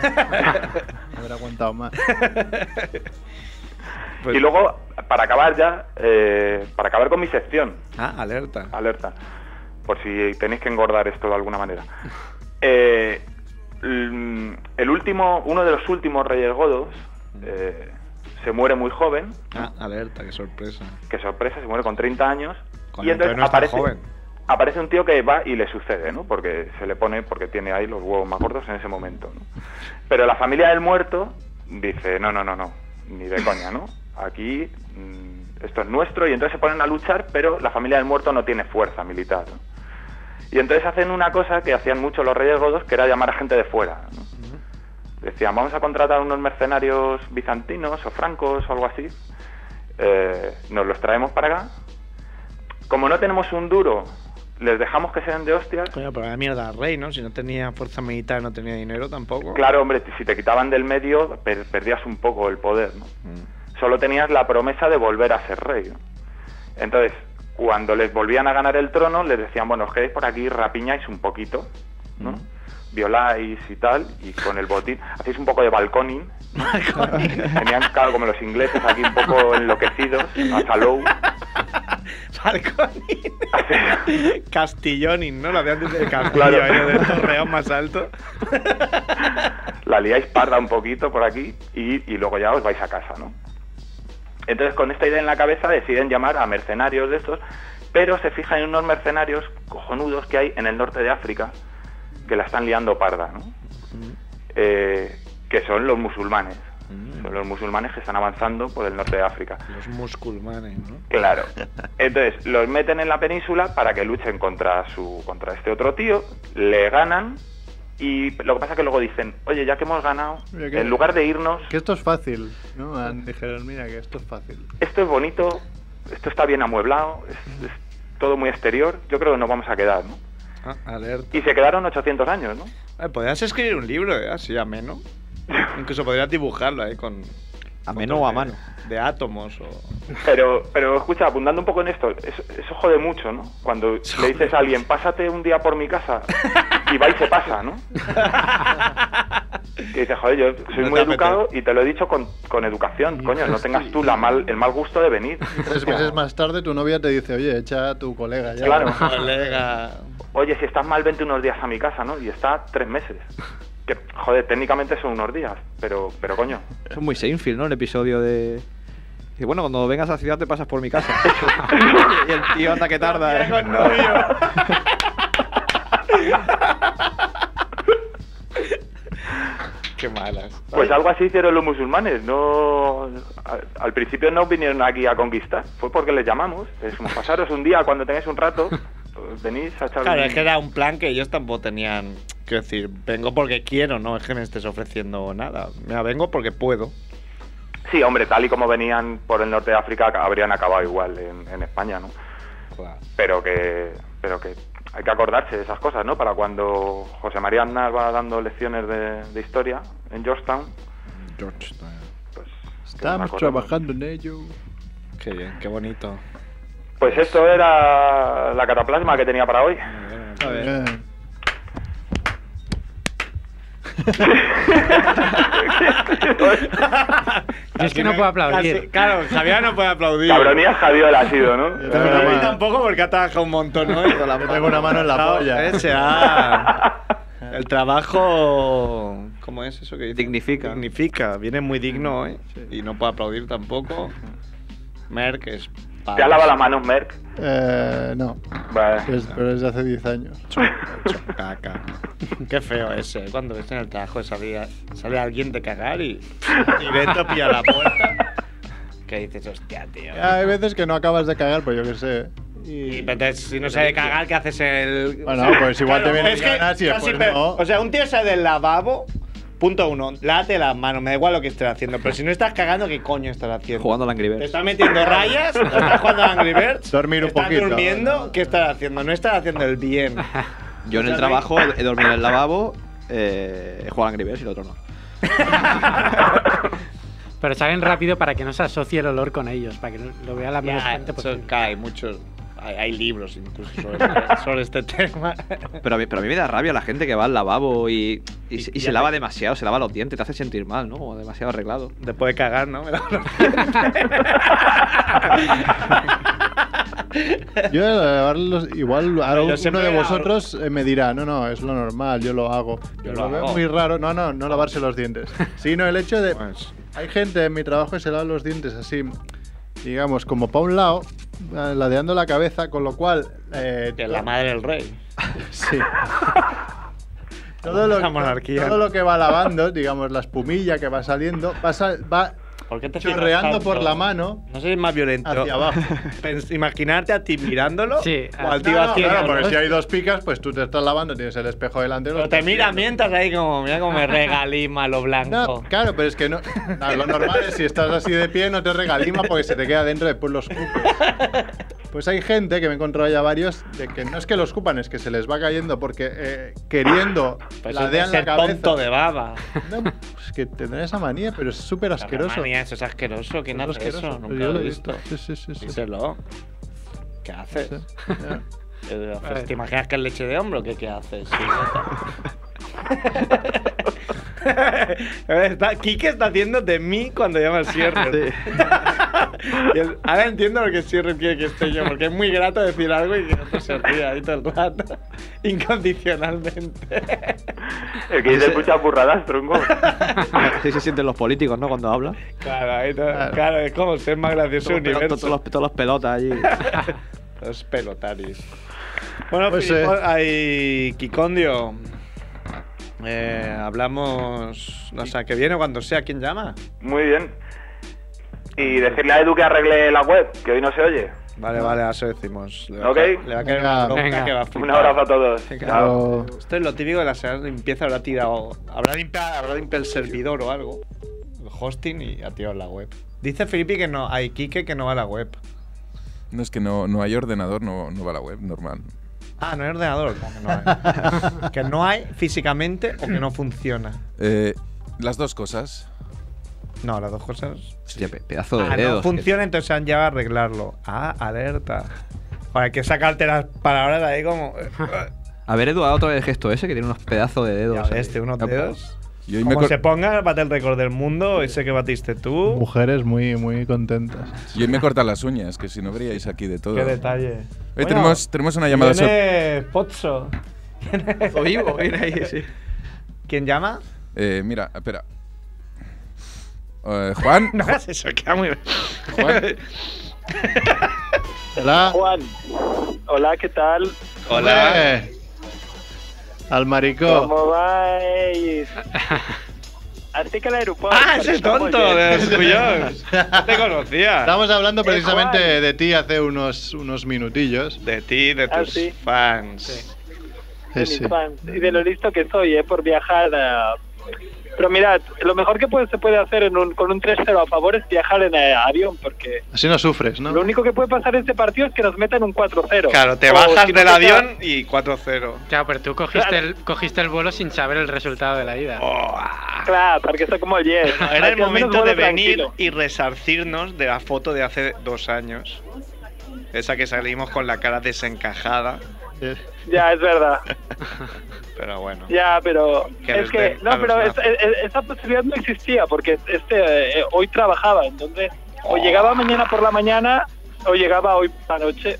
B: Haber aguantado más.
A: Pues-
G: Y luego, para acabar ya, eh, para acabar con mi sección,
A: Ah, alerta.
G: alerta, por si tenéis que engordar esto de alguna manera. Eh, l- el último, uno de los últimos reyes godos eh, se muere muy joven,
A: Ah, alerta, qué sorpresa.
G: que sorpresa, se muere con 30 años.
A: Con
G: y
A: el
G: entonces
A: no es tan
G: aparece,
A: joven.
G: aparece un tío que va y le sucede, ¿no? Porque se le pone, porque tiene ahí los huevos más gordos en ese momento, ¿no? Pero la familia del muerto dice, no, no, no, no, ni de coña, ¿no? Aquí mm, esto es nuestro y entonces se ponen a luchar, pero la familia del muerto no tiene fuerza militar. ¿no? Y entonces hacen una cosa que hacían mucho los reyes godos, que era llamar a gente de fuera. ¿no? Decían, vamos a contratar unos mercenarios bizantinos o francos o algo así, eh, nos los traemos para acá. Como no tenemos un duro, les dejamos que sean de hostias.
A: Coño, pero la mierda al rey, ¿no? Si no tenía fuerza militar, no tenía dinero tampoco.
G: Claro, hombre, si te quitaban del medio, per- perdías un poco el poder, ¿no?
C: Mm.
G: Solo tenías la promesa de volver a ser rey. ¿no? Entonces, cuando les volvían a ganar el trono, les decían, bueno, os quedáis por aquí, rapiñáis un poquito, ¿no? Violáis y tal, y con el botín, hacéis un poco de balconing. Tenían, claro, como los ingleses aquí un poco enloquecidos, hasta low.
A: Falconi. Castillonin, ¿no? Lo habían dicho de Castillo,
G: Claro.
A: ahí del torreón más alto.
G: la liáis parda un poquito por aquí y, y luego ya os vais a casa, ¿no? Entonces, con esta idea en la cabeza, deciden llamar a mercenarios de estos, pero se fijan en unos mercenarios cojonudos que hay en el norte de África que la están liando parda, ¿no? Eh, que son los musulmanes. Son los musulmanes que están avanzando por el norte de África.
A: Los musulmanes, ¿no?
G: Claro. Entonces, los meten en la península para que luchen contra su contra este otro tío, le ganan y lo que pasa es que luego dicen, "Oye, ya que hemos ganado,
B: Mira que-
G: en lugar de irnos,
B: Que esto es fácil, ¿no? Han- Dijeron, mira, que esto es fácil.
G: esto es bonito, esto está bien amueblado, es, es todo muy exterior, yo creo que nos vamos a quedar", ¿no?
A: Ah, alerta.
G: Y se quedaron 800 años, ¿no?
A: Eh, podrías escribir un libro, ¿eh? Así ameno. Incluso podrías dibujarlo, ¿eh? Con,
H: Ameno
A: con
H: o a
A: de-
H: mano.
A: De átomos o...
G: Pero, pero escucha, apuntando un poco en esto, eso, eso jode mucho, ¿no? Cuando le dices a alguien, pásate un día por mi casa, y va y se pasa, ¿no? Y dices, joder, yo soy
A: No
G: muy
A: te apetece.
G: educado y te lo he dicho con, con educación, coño, no tengas tú la mal, el mal gusto de venir.
B: Tres meses más tarde tu novia te dice, oye, echa a tu colega ya.
G: Claro.
A: Colega.
G: Oye, si estás mal, vente unos días a mi casa, ¿no? Y está tres meses. Que, joder, técnicamente son unos días, pero, pero coño.
H: Eso es muy Seinfeld, ¿no? El episodio de. Y bueno, cuando vengas a la ciudad te pasas por mi casa. y el tío anda que tarda. ¿eh?
A: Mira con novio. Qué malas.
G: Pues algo así hicieron los musulmanes. No, al, al principio no vinieron aquí a conquistar. Fue porque les llamamos. Les dijimos, pasaros un día cuando tengáis un rato. pues Venís a echar
A: Claro,
G: un-
A: es que era un plan que ellos tampoco tenían. Quiero decir, vengo porque quiero, no es que me estés ofreciendo nada. Mira, vengo porque puedo.
G: Sí, hombre, tal y como venían por el norte de África, habrían acabado igual en, en España, ¿no? Pero que, pero que hay que acordarse de esas cosas, ¿no? Para cuando José María Aznar va dando lecciones de, de historia en Georgetown,
C: George.
G: Pues,
B: Estamos
G: que no me acuerdo.
B: trabajando en ello.
A: Qué bien, qué bonito.
G: Pues esto era la cataplasma que tenía para hoy.
H: A ver.
B: Eh,
E: Yo es que no puedo aplaudir.
A: Casi- claro, Javier no puede aplaudir.
G: Cabronía Javiola ha sido, ¿no?
B: Yo
A: Pero
B: tengo
A: a mí
B: una mano,
A: tampoco porque ataja un montón, ¿no? Con la
B: yo tengo una mano en la polla.
A: Ese, ah. el trabajo. ¿Cómo es eso que dice?
H: Dignifica.
A: Dignifica. Viene muy
B: Mm,
A: digno, ¿eh? Y no puede aplaudir tampoco. Merck es.
G: ¿Te has lavado las manos, Merck?
B: Eh, no,
G: Vale.
B: es- pero es de hace 10 años.
A: Caca. Qué feo ese. eh, Cuando ves en el trabajo salía, sale alguien de cagar y. Directo pilla la puerta. Que dices, hostia, tío.
B: Hay veces que no acabas de cagar, pues yo qué sé.
A: Y
B: Y...
A: entonces, si no sabe cagar, ¿qué haces el...?
B: Bueno, pues igual te vienen ganas y
A: casi
B: después
A: pe-
B: pues no.
A: O sea, un tío sale del lavabo, punto uno, lávate las manos, me da igual lo que estés haciendo, pero si no estás cagando, ¿qué coño estás haciendo?
H: Jugando al Angry
A: ¿Te
H: Birds.
A: estás metiendo rayas? ¿Estás jugando a Angry Birds?
B: Dormir un
A: ¿Estás
B: poquito.
A: durmiendo? ¿Qué estás haciendo? No estás haciendo el bien.
H: Yo en el
A: Escúchame.
H: trabajo he he dormido en el lavabo, eh, he jugado al Angry Birds y el otro no.
E: Pero salen rápido para que no se asocie el olor con ellos, para que lo lo vea la menos
A: Ya,
E: gente
A: eso
E: posible.
A: pues, cae mucho. Hay, hay libros incluso sobre, sobre este tema.
H: Pero a, mí, pero a mí me da rabia la gente que va al lavabo y, y, se- y
A: Y
H: se
A: ya
H: lava
A: te-
H: demasiado, se lava los dientes, te hace sentir mal, ¿no? Como demasiado arreglado.
A: Después de cagar, ¿no? Me da una-
B: Yo de lavarlos, igual ahora
A: Yo
B: uno
A: siempre
B: de
A: me lavo-
B: vosotros eh, me dirá, no, no, es lo normal, yo lo hago.
A: Yo
B: Pero
A: lo
B: lo veo
A: hago.
B: muy raro, no, no, no lavarse los dientes. Sino el hecho de,
A: Pues-
B: hay gente en mi trabajo que se lava los dientes así, digamos, como para un lado, eh, ladeando la cabeza, con lo cual... eh,
A: Que la madre del rey.
B: Sí. Todo lo,
A: La monarquía.
B: todo lo que va lavando, digamos, la espumilla que va saliendo, pasa- va
A: ¿Por qué te fijas
B: chorreando
A: tanto?
B: por la mano
A: No sé si es más violento.
B: hacia abajo.
A: Pens- Imaginarte a ti mirándolo
E: Sí,
A: o
E: no,
A: al tío
B: No, no,
A: haciendo.
B: claro, porque
A: ¿no?
B: si hay dos picas, pues tú te estás lavando, tienes el espejo delante. lo
A: Pero te
B: estás
A: mira
B: viendo.
A: mientras ahí como, mira como me regalima lo blanco.
B: No, claro, pero es que no, no, lo normal es si estás así de pie no te regalima porque se te queda dentro después los cupos. Pues hay gente que me he encontrado ya varios de que no es que los cupan, es que se les va cayendo porque eh, queriendo
A: Pues eso es
B: ladean la
A: ser
B: cabeza.
A: tonto de baba.
B: No, pues que tendrán esa manía, pero es súper asqueroso.
A: Manía, eso es asqueroso. ¿Quién
B: Es
A: hace
B: asqueroso.
A: eso? Nunca
B: Pues Yo
A: lo he visto.
B: Sí, sí, sí. sí.
A: Díselo. ¿Qué haces?
B: Sí, ya.
A: Eh, pues,
E: Vale.
A: ¿Te imaginas que es leche de hombro? ¿Qué, qué haces? Sí, está, Quique está haciendo de mí cuando llama al cierre. Ahora entiendo lo que cierre quiere que esté yo, porque es muy grato decir algo y que no se ría ahí todo el rato, incondicionalmente.
G: El que dice muchas burradas, tronco.
H: Sí se sienten los políticos, ¿no? Cuando hablan.
A: Claro, ahí todo-
B: Claro.
A: claro, es como ser más gracioso
H: Todos, los
A: universo.
H: pelo- todos los, todos los pelotas allí.
A: Los pelotaris. Bueno,
B: Pues,
A: pues
B: eh,
A: Kikondio. Eh, hablamos, no sé, que viene o cuando sea, ¿quién llama?
G: Muy bien. Y decirle a Edu que arregle la web, que hoy no se oye.
A: Vale, vale, eso decimos. Le va,
G: Ok.
A: a ca- le va a caer
B: Venga.
A: una bronca
E: Venga.
A: que va a flipar.
G: Un abrazo a todos. Chao.
B: Pero-
A: Esto es lo típico de la sala de limpieza, habrá tirado, habrá limpiado, habrá limpiado el servidor o algo, el hosting y ha tirado la web. Dice Felipe que no, hay Kike que no va a la web.
C: No es que no, no hay ordenador, no, no va a la web, normal.
A: Ah, no hay ordenador, como que no hay. que no hay físicamente o que no funciona.
C: Eh, las dos cosas.
A: No, las dos cosas.
H: Hostia, pe- pedazo de
A: Ah,
H: dedos.
A: no funciona, entonces han llegado a arreglarlo. Ah, alerta. Joder, hay que sacarte las palabras de ahí como. eh,
H: A ver, Edu, haz otra vez el gesto ese que tiene unos pedazos de dedos.
A: Ya
H: ahí.
A: ves, tiene unos
H: Ya, pues.
A: dedos.
C: Y hoy me,
A: Como
C: cor-
A: se ponga, bate el récord del mundo. Ese que batiste tú.
B: Mujeres muy, muy contentas.
C: y hoy me cortan las uñas, que si no veríais aquí de todo.
A: Qué
C: Hoy
A: detalle. Hoy
C: tenemos, tenemos una llamada. sor-
A: Viene Pozzo.
H: O vivo, viene ahí, sí.
A: ¿Quién llama?
C: Eh, mira, espera. Eh, Juan,
A: No hagas eso, queda muy bien.
C: Juan,
B: Hola.
I: Juan, hola, ¿qué tal?
B: Eh, Al maricón.
I: ¿Cómo vais? Así que el aeropuerto.
A: ¡Ah, ese es
I: estamos
A: tonto!
I: bien.
A: De los tuyos. No te conocía.
B: Estábamos hablando
I: Eh, Juan.
B: precisamente de ti hace unos, unos minutillos.
A: De ti, de tus
I: Ah, sí.
A: fans.
I: De
B: Sí,
I: mis
B: sí.
I: fans. Y de lo listo que soy, ¿eh? Por viajar a, Pero mirad, lo mejor que puede- se puede hacer en un- con un 3-0 a favor es viajar en eh, avión, porque
B: Así no sufres, ¿no?
I: lo único que puede pasar en este partido es que nos metan un 4-0.
A: Claro, te
I: O
A: bajas
I: Oh, si no
A: del
I: te-
A: avión y 4-0.
E: Claro, pero tú cogiste el, cogiste el vuelo sin saber el resultado de la ida.
A: Oh, ah.
I: Claro, porque está como el yes.
A: No, era el
I: Así al menos
A: momento de
I: vuelo
A: venir
I: tranquilo.
A: y resarcirnos de la foto de hace dos años. Esa que salimos con la cara desencajada.
I: Ya, es verdad.
A: Pero bueno.
I: Ya, pero
A: Que
I: es
A: les
I: que
A: den a
I: no,
A: los
I: pero es-
A: nazis.
I: es- esa posibilidad no existía porque este eh, hoy trabajaba, entonces o llegaba mañana por la mañana o llegaba hoy por la noche.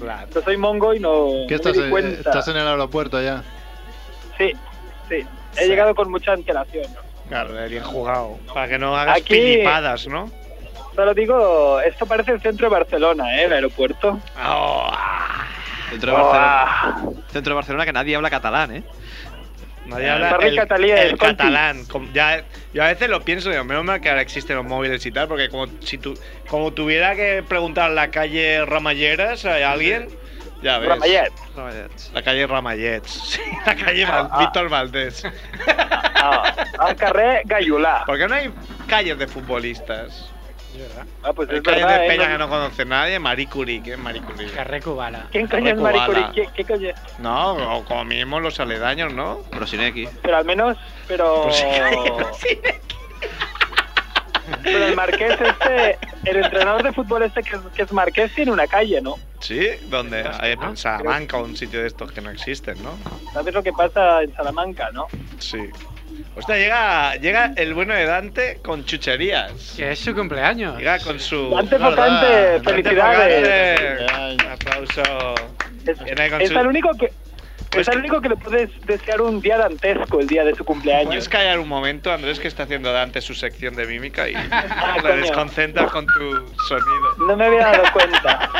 A: Claro.
I: Yo soy mongo y no no
B: ¿Qué estás,
I: me di
B: eh,
I: cuenta.
B: estás en el aeropuerto ya?
I: Sí, sí. He llegado con mucha antelación.
A: Claro, bien jugado. Para que no hagas
I: Aquí-
A: pilipadas, ¿no?
I: Solo digo, esto parece el centro de Barcelona, ¿eh? El aeropuerto.
A: Oh, ah.
H: Centro de Barcelona.
I: Ah,
H: Centro de Barcelona que nadie habla catalán, ¿eh?
A: Nadie
I: Eh,
A: habla
I: parla
A: el,
I: catalán,
A: el
I: Conti.
A: catalán. Com- Ya, yo a veces lo pienso, digo, menos mal que ahora existen los móviles y tal, porque como si tu- como tuviera que preguntar la calle Ramalleras a alguien, ya ves.
I: Ramallet.
A: La calle Ramallets, sí, la calle Val-
I: Ah.
A: Víctor Valdés.
I: Ah, al carrer Gallulá.
A: ¿Por qué no hay calles de futbolistas?
I: Ah, pues
A: Hay
I: es
A: calles
I: verdad,
A: de
I: ¿eh?
A: Peña
I: No-
A: que no conoce nadie, Marie Curie, ¿qué es Marie Curie?
E: Carré Cubala.
I: ¿Quién coño es
A: Recubala.
I: Maricuri? ¿Qué, qué coño es?
A: No, o como mínimo los aledaños, ¿no?
H: Pero sin X.
I: Pero al menos, pero...
A: Pues sí, sí.
I: Pero el Marqués este, el entrenador de fútbol este que es, que es Marqués tiene una calle, ¿no?
A: Sí, donde hay
E: ¿no?
A: en Salamanca, un sitio de estos que no existen, ¿no?
I: ¿Sabes lo que pasa en Salamanca, no?
A: Sí. Hostia, llega, llega el bueno de Dante con chucherías.
E: Que es su cumpleaños.
A: Llega con su.
I: Dante
B: verdad,
I: Focante,
A: este
B: Dante
A: eh,
I: felicidades.
A: Dante. Un aplauso.
I: Es,
A: Viene con
I: es
A: su-
I: el único que... Es
A: Pues-
I: el único que le puedes desear un día dantesco el día de su
A: ¿Puedes
I: cumpleaños.
A: callar un momento, Andrés, que está haciendo Dante su sección de mímica y le
I: coño.
A: desconcentras con tu sonido?
I: No me había dado cuenta.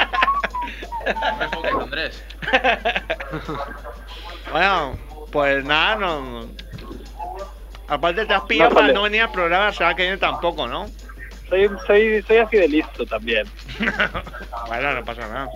J: Andrés.
A: Bueno, pues nada, no. Aparte te has pillado
I: No,
A: para
I: vale.
A: no venir al programa la semana que viene tampoco, ¿no?
I: Soy, soy, soy así de listo también.
A: bueno, no pasa nada.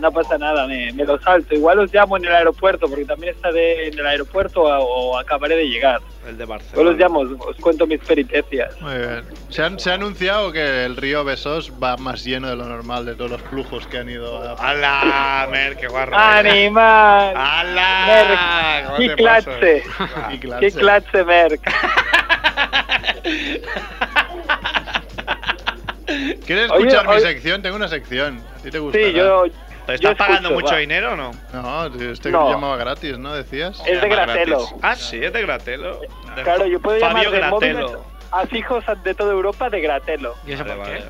I: No pasa nada, me, me lo salto. Igual os llamo en el aeropuerto, porque también estaré en el aeropuerto a- o acabaré de llegar.
A: El de
I: Yo
A: Barcelona.
I: los llamo, os, os cuento mis peripecias.
B: Muy bien. Se, han- se ha anunciado que el río Besós va más lleno de lo normal de todos los flujos que han ido a...
A: ¡Hala, Mer, qué guarro!
I: ¡Animal!
A: ah, ¡Hala!
I: Merck,
A: ¿Cómo
I: qué
A: te pasas?
I: clase.
A: Ah.
B: Y
I: ¡Qué clase, Merck!
B: ¿Quieres
I: Oye,
B: escuchar mi
I: oye-
B: sección? Tengo una sección. ¿A ti te gusta?
I: Sí, yo...
A: ¿Pero
I: yo
A: estás pagando
I: escucho,
A: mucho
I: va.
A: dinero o no?
B: No, tío, este
I: No. Eh.
B: llamaba gratis, ¿no? Decías.
I: Es de
A: Llama gratis.
I: Gratelo.
A: Ah, sí, es de Gratelo. De-
I: Claro, yo puedo llamar
A: Fabio
I: de móviles
A: Gratelo.
I: a fijos de toda Europa de Gratelo.
E: ¿Y eso
A: Vale,
E: por qué?
A: vale.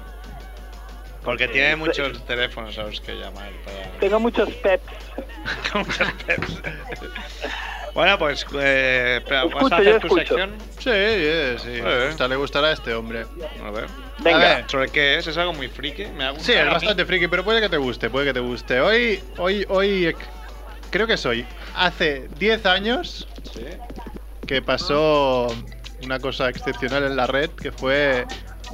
A: Porque tiene muchos teléfonos a los que llamar. para-
I: Tengo muchos peps.
A: Muchos peps. bueno, pues, eh, espera, ¿vas
I: Escucho, yo
A: a hacer tu
I: escucho.
A: sección?
B: Sí, eh, sí.
A: Muy bien.
B: Hasta le gustará a este hombre.
A: A ver. Eh,
I: Venga.
B: A ver,
A: ¿Sobre qué es? ¿Es algo muy friki? Me ha gustado
B: Sí,
A: a
B: es
A: mí.
B: bastante friki, pero puede que te guste, puede que te guste. Hoy, hoy, hoy, eh, creo que soy. Hace 10 años que pasó una cosa excepcional en la red que fue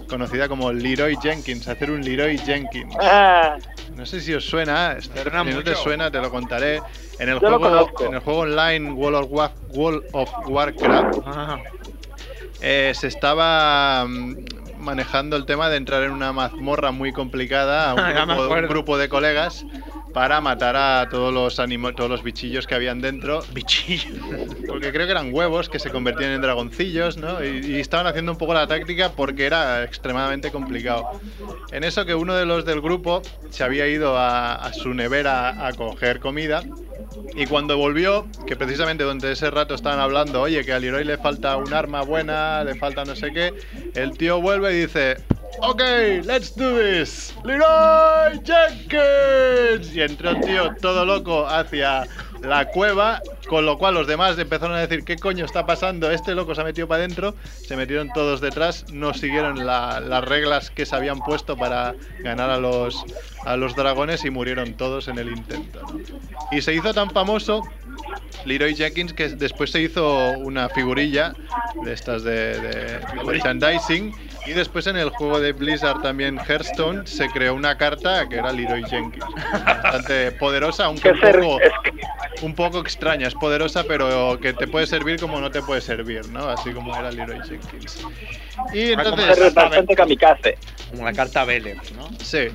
B: conocida como Leroy Jenkins, hacer un Leroy Jenkins.
I: Ah,
B: No sé si os suena, este
A: suena
B: si no te
A: mucho.
B: suena te lo contaré. En el,
I: Yo lo
B: juego,
I: conozco.
B: en el juego online World of, Wa- World of Warcraft
A: Ah,
B: eh, se estaba mm, manejando el tema de entrar en una mazmorra muy complicada a
A: Ya me
B: un grupo,
A: acuerdo.
B: un grupo de colegas para matar a todos los animo- todos los bichillos que habían dentro,
A: bichillo.
B: porque creo que eran huevos que se convertían en dragoncillos, ¿no? Y, y estaban haciendo un poco la táctica porque era extremadamente complicado. En eso que uno de los del grupo se había ido a, a su nevera a, a coger comida y cuando volvió, que precisamente donde ese rato estaban hablando, oye, que al Leroy le falta un arma buena, le falta no sé qué, el tío vuelve y dice, ok, let's do this, Leroy Jenkins. Y entró el tío todo loco hacia la cueva, con lo cual los demás empezaron a decir, ¿qué coño está pasando? Este loco se ha metido para adentro, se metieron todos detrás, no siguieron la- las reglas que se habían puesto para ganar a los, a los dragones y murieron todos en el intento. ¿no? Y se hizo tan famoso Leroy Jenkins que después se hizo una figurilla de estas de, de- de merchandising Y después en el juego de Blizzard también Hearthstone se creó una carta que era Leroy Jenkins. Bastante poderosa, aunque
I: Que
B: un
I: ser-
B: poco,
I: es
B: un poco extraña. Es poderosa, pero que te puede servir como no te puede servir, ¿no? Así como era Leroy Jenkins. Y
A: Ah, como
B: entonces.
I: Es bastante kamikaze.
A: Como la carta Vélez, ¿no?
B: Sí.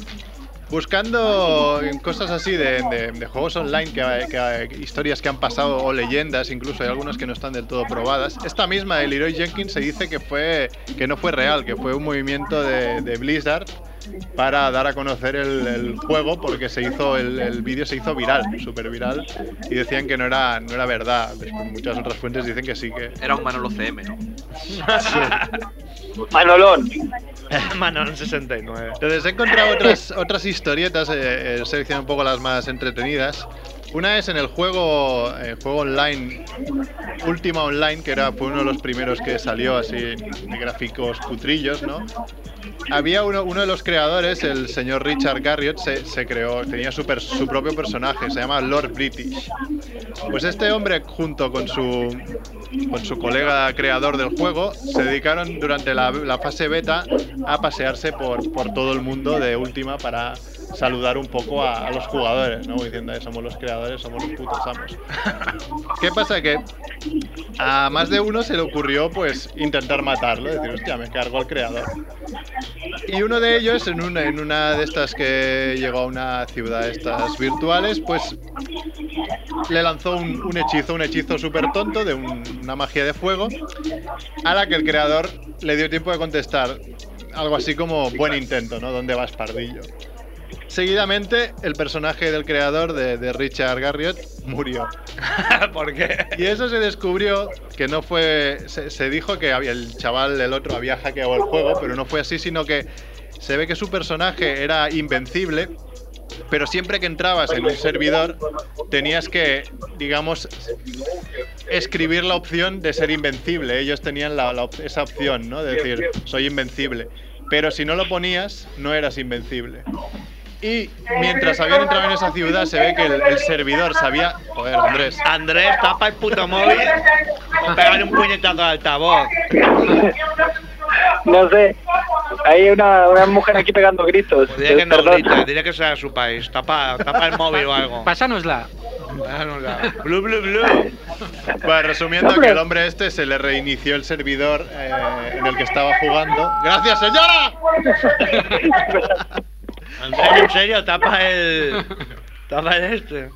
B: Buscando cosas así de, de- de juegos online, que, que- historias que han pasado o leyendas, incluso hay algunas que no están del todo probadas. Esta misma de Leroy Jenkins se dice que, fue, que no fue real, que fue un movimiento de, de Blizzard para dar a conocer el, el juego porque se hizo el, el vídeo se hizo viral, súper viral, y decían que no era, no era verdad. Después muchas otras fuentes dicen que sí que...
J: Era un Manolo CM, ¿no?
I: Manolón.
A: Manon 69.
B: Entonces he encontrado otras, otras historietas, eh, eh, selecciono un poco las más entretenidas. Una es en el juego, eh, juego online, Última Online, que era, fue uno de los primeros que salió así de gráficos putrillos, ¿no? Había uno, uno de los creadores, el señor Richard Garriott, se, se creó, tenía su, per- su propio personaje, se llama Lord British. Pues este hombre, junto con su, con su colega creador del juego, se dedicaron durante la, la fase beta a pasearse por, por todo el mundo de última para saludar un poco a, a los jugadores, ¿no? Diciendo, "Eh, somos los creadores, somos los putos amos. ¿Qué pasa? Que a más de uno se le ocurrió, pues, intentar matarlo, decir, hostia, me cargo al creador. Y uno de ellos, en una, en una de estas que llegó a una ciudad de estas virtuales, pues le lanzó un, un hechizo, un hechizo súper tonto de un- una magia de fuego, a la que el creador le dio tiempo de contestar algo así como buen intento, ¿no? ¿Dónde vas, pardillo? Seguidamente, el personaje del creador de, de Richard Garriott murió.
A: ¿Por qué?
B: Y eso se descubrió que no fue. Se, se dijo que había- el chaval, el otro, había hackeado el juego, pero no fue así, sino que se ve que su personaje era invencible. Pero siempre que entrabas en un servidor, tenías que, digamos, escribir la opción de ser invencible. Ellos tenían la- la op- esa opción, ¿no? De decir, soy invencible. Pero si no lo ponías, no eras invencible. Y mientras habían entrado en esa ciudad, se ve que el, el servidor sabía. Joder, Andrés.
A: Andrés, tapa el puto móvil. Pégale un puñetazo al altavoz.
I: No sé. Hay una, una mujer aquí pegando gritos.
A: Diré Pues que no
I: Perdón.
A: grita, diré que sea de su país. Tapa, tapa el móvil o algo.
E: Pásanosla.
A: Ah, no, la- Blu, blu, blu.
B: Bueno, resumiendo
I: Hombre.
B: que el hombre este se le reinició el servidor eh, en el que estaba jugando. ¡Gracias, señora!
A: Andrés, en serio, tapa el. Tapa el este.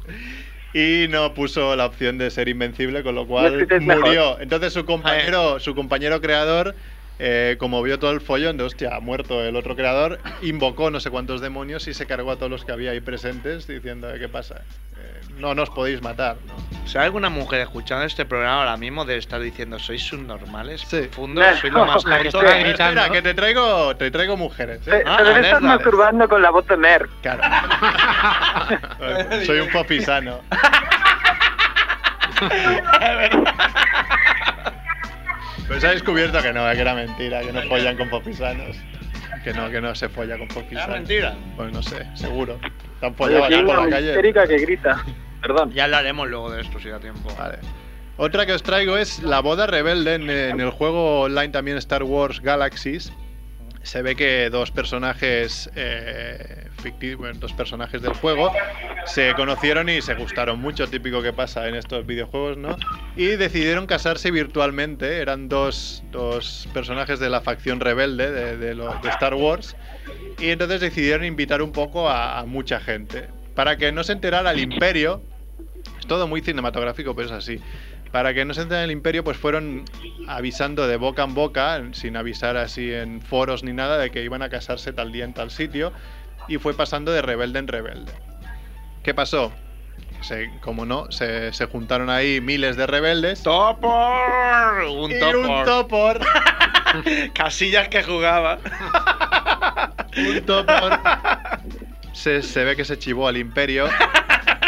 B: Y no puso la opción de ser invencible, con lo
I: No
B: cual
I: escribes mejor.
B: murió. Entonces su compañero, su compañero creador, eh, como vio todo el follón de hostia, ha muerto el otro creador, invocó no sé cuántos demonios y se cargó a todos los que había ahí presentes diciendo, "Eh, ¿qué pasa? Eh, no nos podéis matar. ¿no?
A: Si hay alguna mujer escuchando este programa ahora mismo debe estar diciendo sois subnormales,
B: Sí.
A: profundos, soy lo más
E: La que
A: tonto
E: está
A: de-
E: gritando.
B: Espera, que te traigo, te traigo mujeres.
I: Se,
B: ¿eh?
A: Ah,
I: se debe
A: alerta,
I: estar
A: alerta.
I: masturbando con la voz de Mer.
B: Claro. Soy un popisano. Pues ha descubierto que no, eh, que era mentira, que no follan con popisanos. Que no, que no se folla con
A: Es
B: popisanos.
A: mentira.
B: Pues no sé, seguro. Te han
I: Oye,
B: follado
I: aquí
B: acá
I: hay
B: por la
I: una
B: calle.
I: histérica que grita. Perdón.
A: Ya hablaremos luego de esto si da tiempo.
B: Vale. Otra que os traigo es La boda rebelde en, en el juego online también Star Wars Galaxies. Se ve que dos personajes eh, ficti- bueno, dos personajes del juego se conocieron y se gustaron mucho, típico que pasa en estos videojuegos, ¿no? Y decidieron casarse virtualmente. Eran dos, dos personajes de la facción rebelde de, de lo- de Star Wars. Y entonces decidieron invitar un poco a- a mucha gente. Para que no se enterara el imperio, es todo muy cinematográfico, pero es así. Para que no se enteren el imperio, pues fueron avisando de boca en boca, sin avisar así en foros ni nada, de que iban a casarse tal día en tal sitio, y fue pasando de rebelde en rebelde. ¿Qué pasó? Se, como no, se, se juntaron ahí miles de rebeldes.
A: Topor, un
B: y
A: topor.
B: un topor.
A: Casillas que jugaba.
B: un topor. Se, se ve que se chivó al imperio.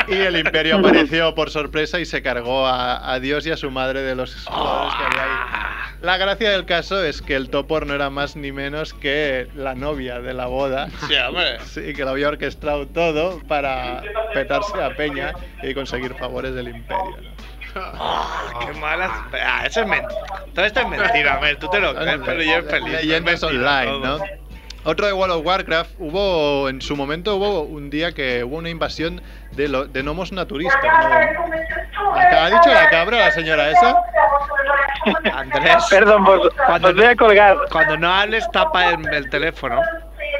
B: Y el imperio apareció por sorpresa y se cargó a, a Dios y a su madre de los jugadores que había ahí. La gracia del caso es que el topor no era más ni menos que la novia de la boda.
A: Sí, hombre.
B: Sí, que lo había orquestado todo para petarse a Peña y conseguir favores del imperio. ¿no?
A: Ah, qué malas. Ah, eso es mentira. Todo esto es mentira, a ver, tú te lo crees, pero yo es feliz.
B: Leyendas
A: Es mentira,
B: online, ¿no?
A: todo.
B: Otro de World of Warcraft, hubo en su momento hubo un día que hubo una invasión de, lo- de gnomos naturistas. ¿no? ¿Ha dicho la cabra la señora esa?
A: Andrés,
I: Perdón, vos,
A: Cuando-
I: os voy a colgar.
A: cuando no hables, tapa el, el teléfono.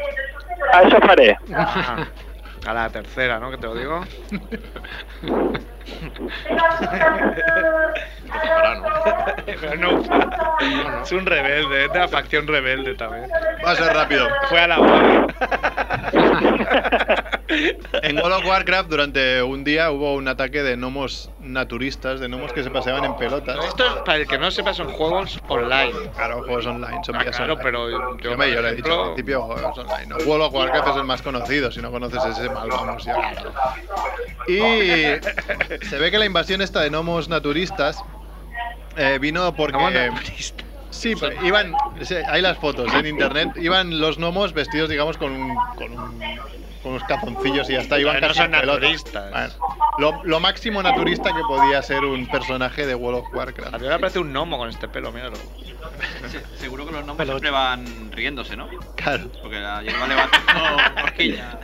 I: A eso faré.
A: Ah, a la tercera, ¿no? Que te lo digo. Pero no usa. Es un rebelde, es de la facción rebelde también.
B: Va a ser rápido.
A: Fue a la bola.
B: En World of Warcraft durante un día hubo un ataque de gnomos naturistas, de gnomos que se paseaban en pelotas.
A: Esto es para el que no sepa, son juegos online.
B: Claro, juegos online, son
A: Ah,
B: vías
A: claro,
B: online.
A: pero yo,
B: Yo,
A: por
B: me, yo le he dicho
A: ejemplo,
B: al principio juegos online. ¿no? World of Warcraft es el más conocido, si no conoces ese mal vamos ya. Y se ve que la invasión esta de gnomos naturistas eh, vino porque...
A: Gnomos naturistas.
B: Sí, pero iban, se- hay las fotos en internet, iban los gnomos vestidos, digamos, con un- con, un- con unos cazoncillos y ya está, iban
A: Pero no
B: casi en
A: son
B: pelotas.
A: naturistas.
B: Bueno, lo, lo máximo naturista que podía ser un personaje de World of
A: A
B: Warcraft.
A: mí me parece un gnomo con este pelo, míralo.
J: Seguro que los nombres siempre van riéndose, ¿no?
B: Claro.
J: Porque la hierba le va haciendo cosquillas.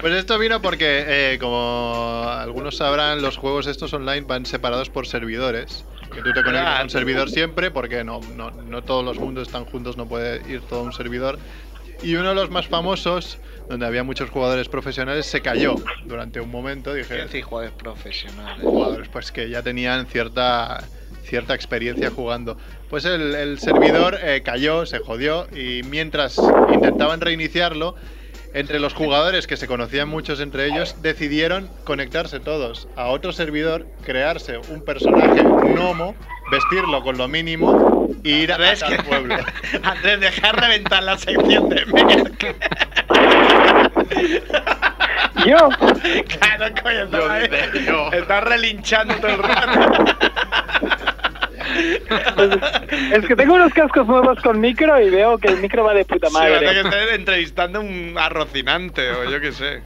B: Pues esto vino porque, eh, como algunos sabrán, los juegos estos online van separados por servidores. Que tú te conectas a un servidor siempre porque no, no, no todos los mundos están juntos, no puede ir todo a un servidor. Y uno de los más famosos, donde había muchos jugadores profesionales, se cayó durante un momento.
A: ¿Qué
B: Dije,
A: decís, jugadores profesionales?
B: jugadores pues que ya tenían cierta cierta experiencia jugando. Pues el, el servidor eh, cayó, se jodió y mientras intentaban reiniciarlo, entre los jugadores que se conocían muchos entre ellos, decidieron conectarse todos a otro servidor, crearse un personaje gnomo, vestirlo con lo mínimo y ir a
A: Andrés,
B: atacar
A: que-
B: pueblo.
A: Andrés, dejar reventar la sección de Merck.
I: Yo,
A: Claro, Ah, coño,
B: Yo,
A: estaba-
B: dice, yo.
A: estás relinchando todo el rato.
I: es que tengo unos cascos nuevos con micro y veo que el micro va de puta
A: Sí, parece que
I: madre.
A: estás entrevistando a un arrocinante o yo qué sé.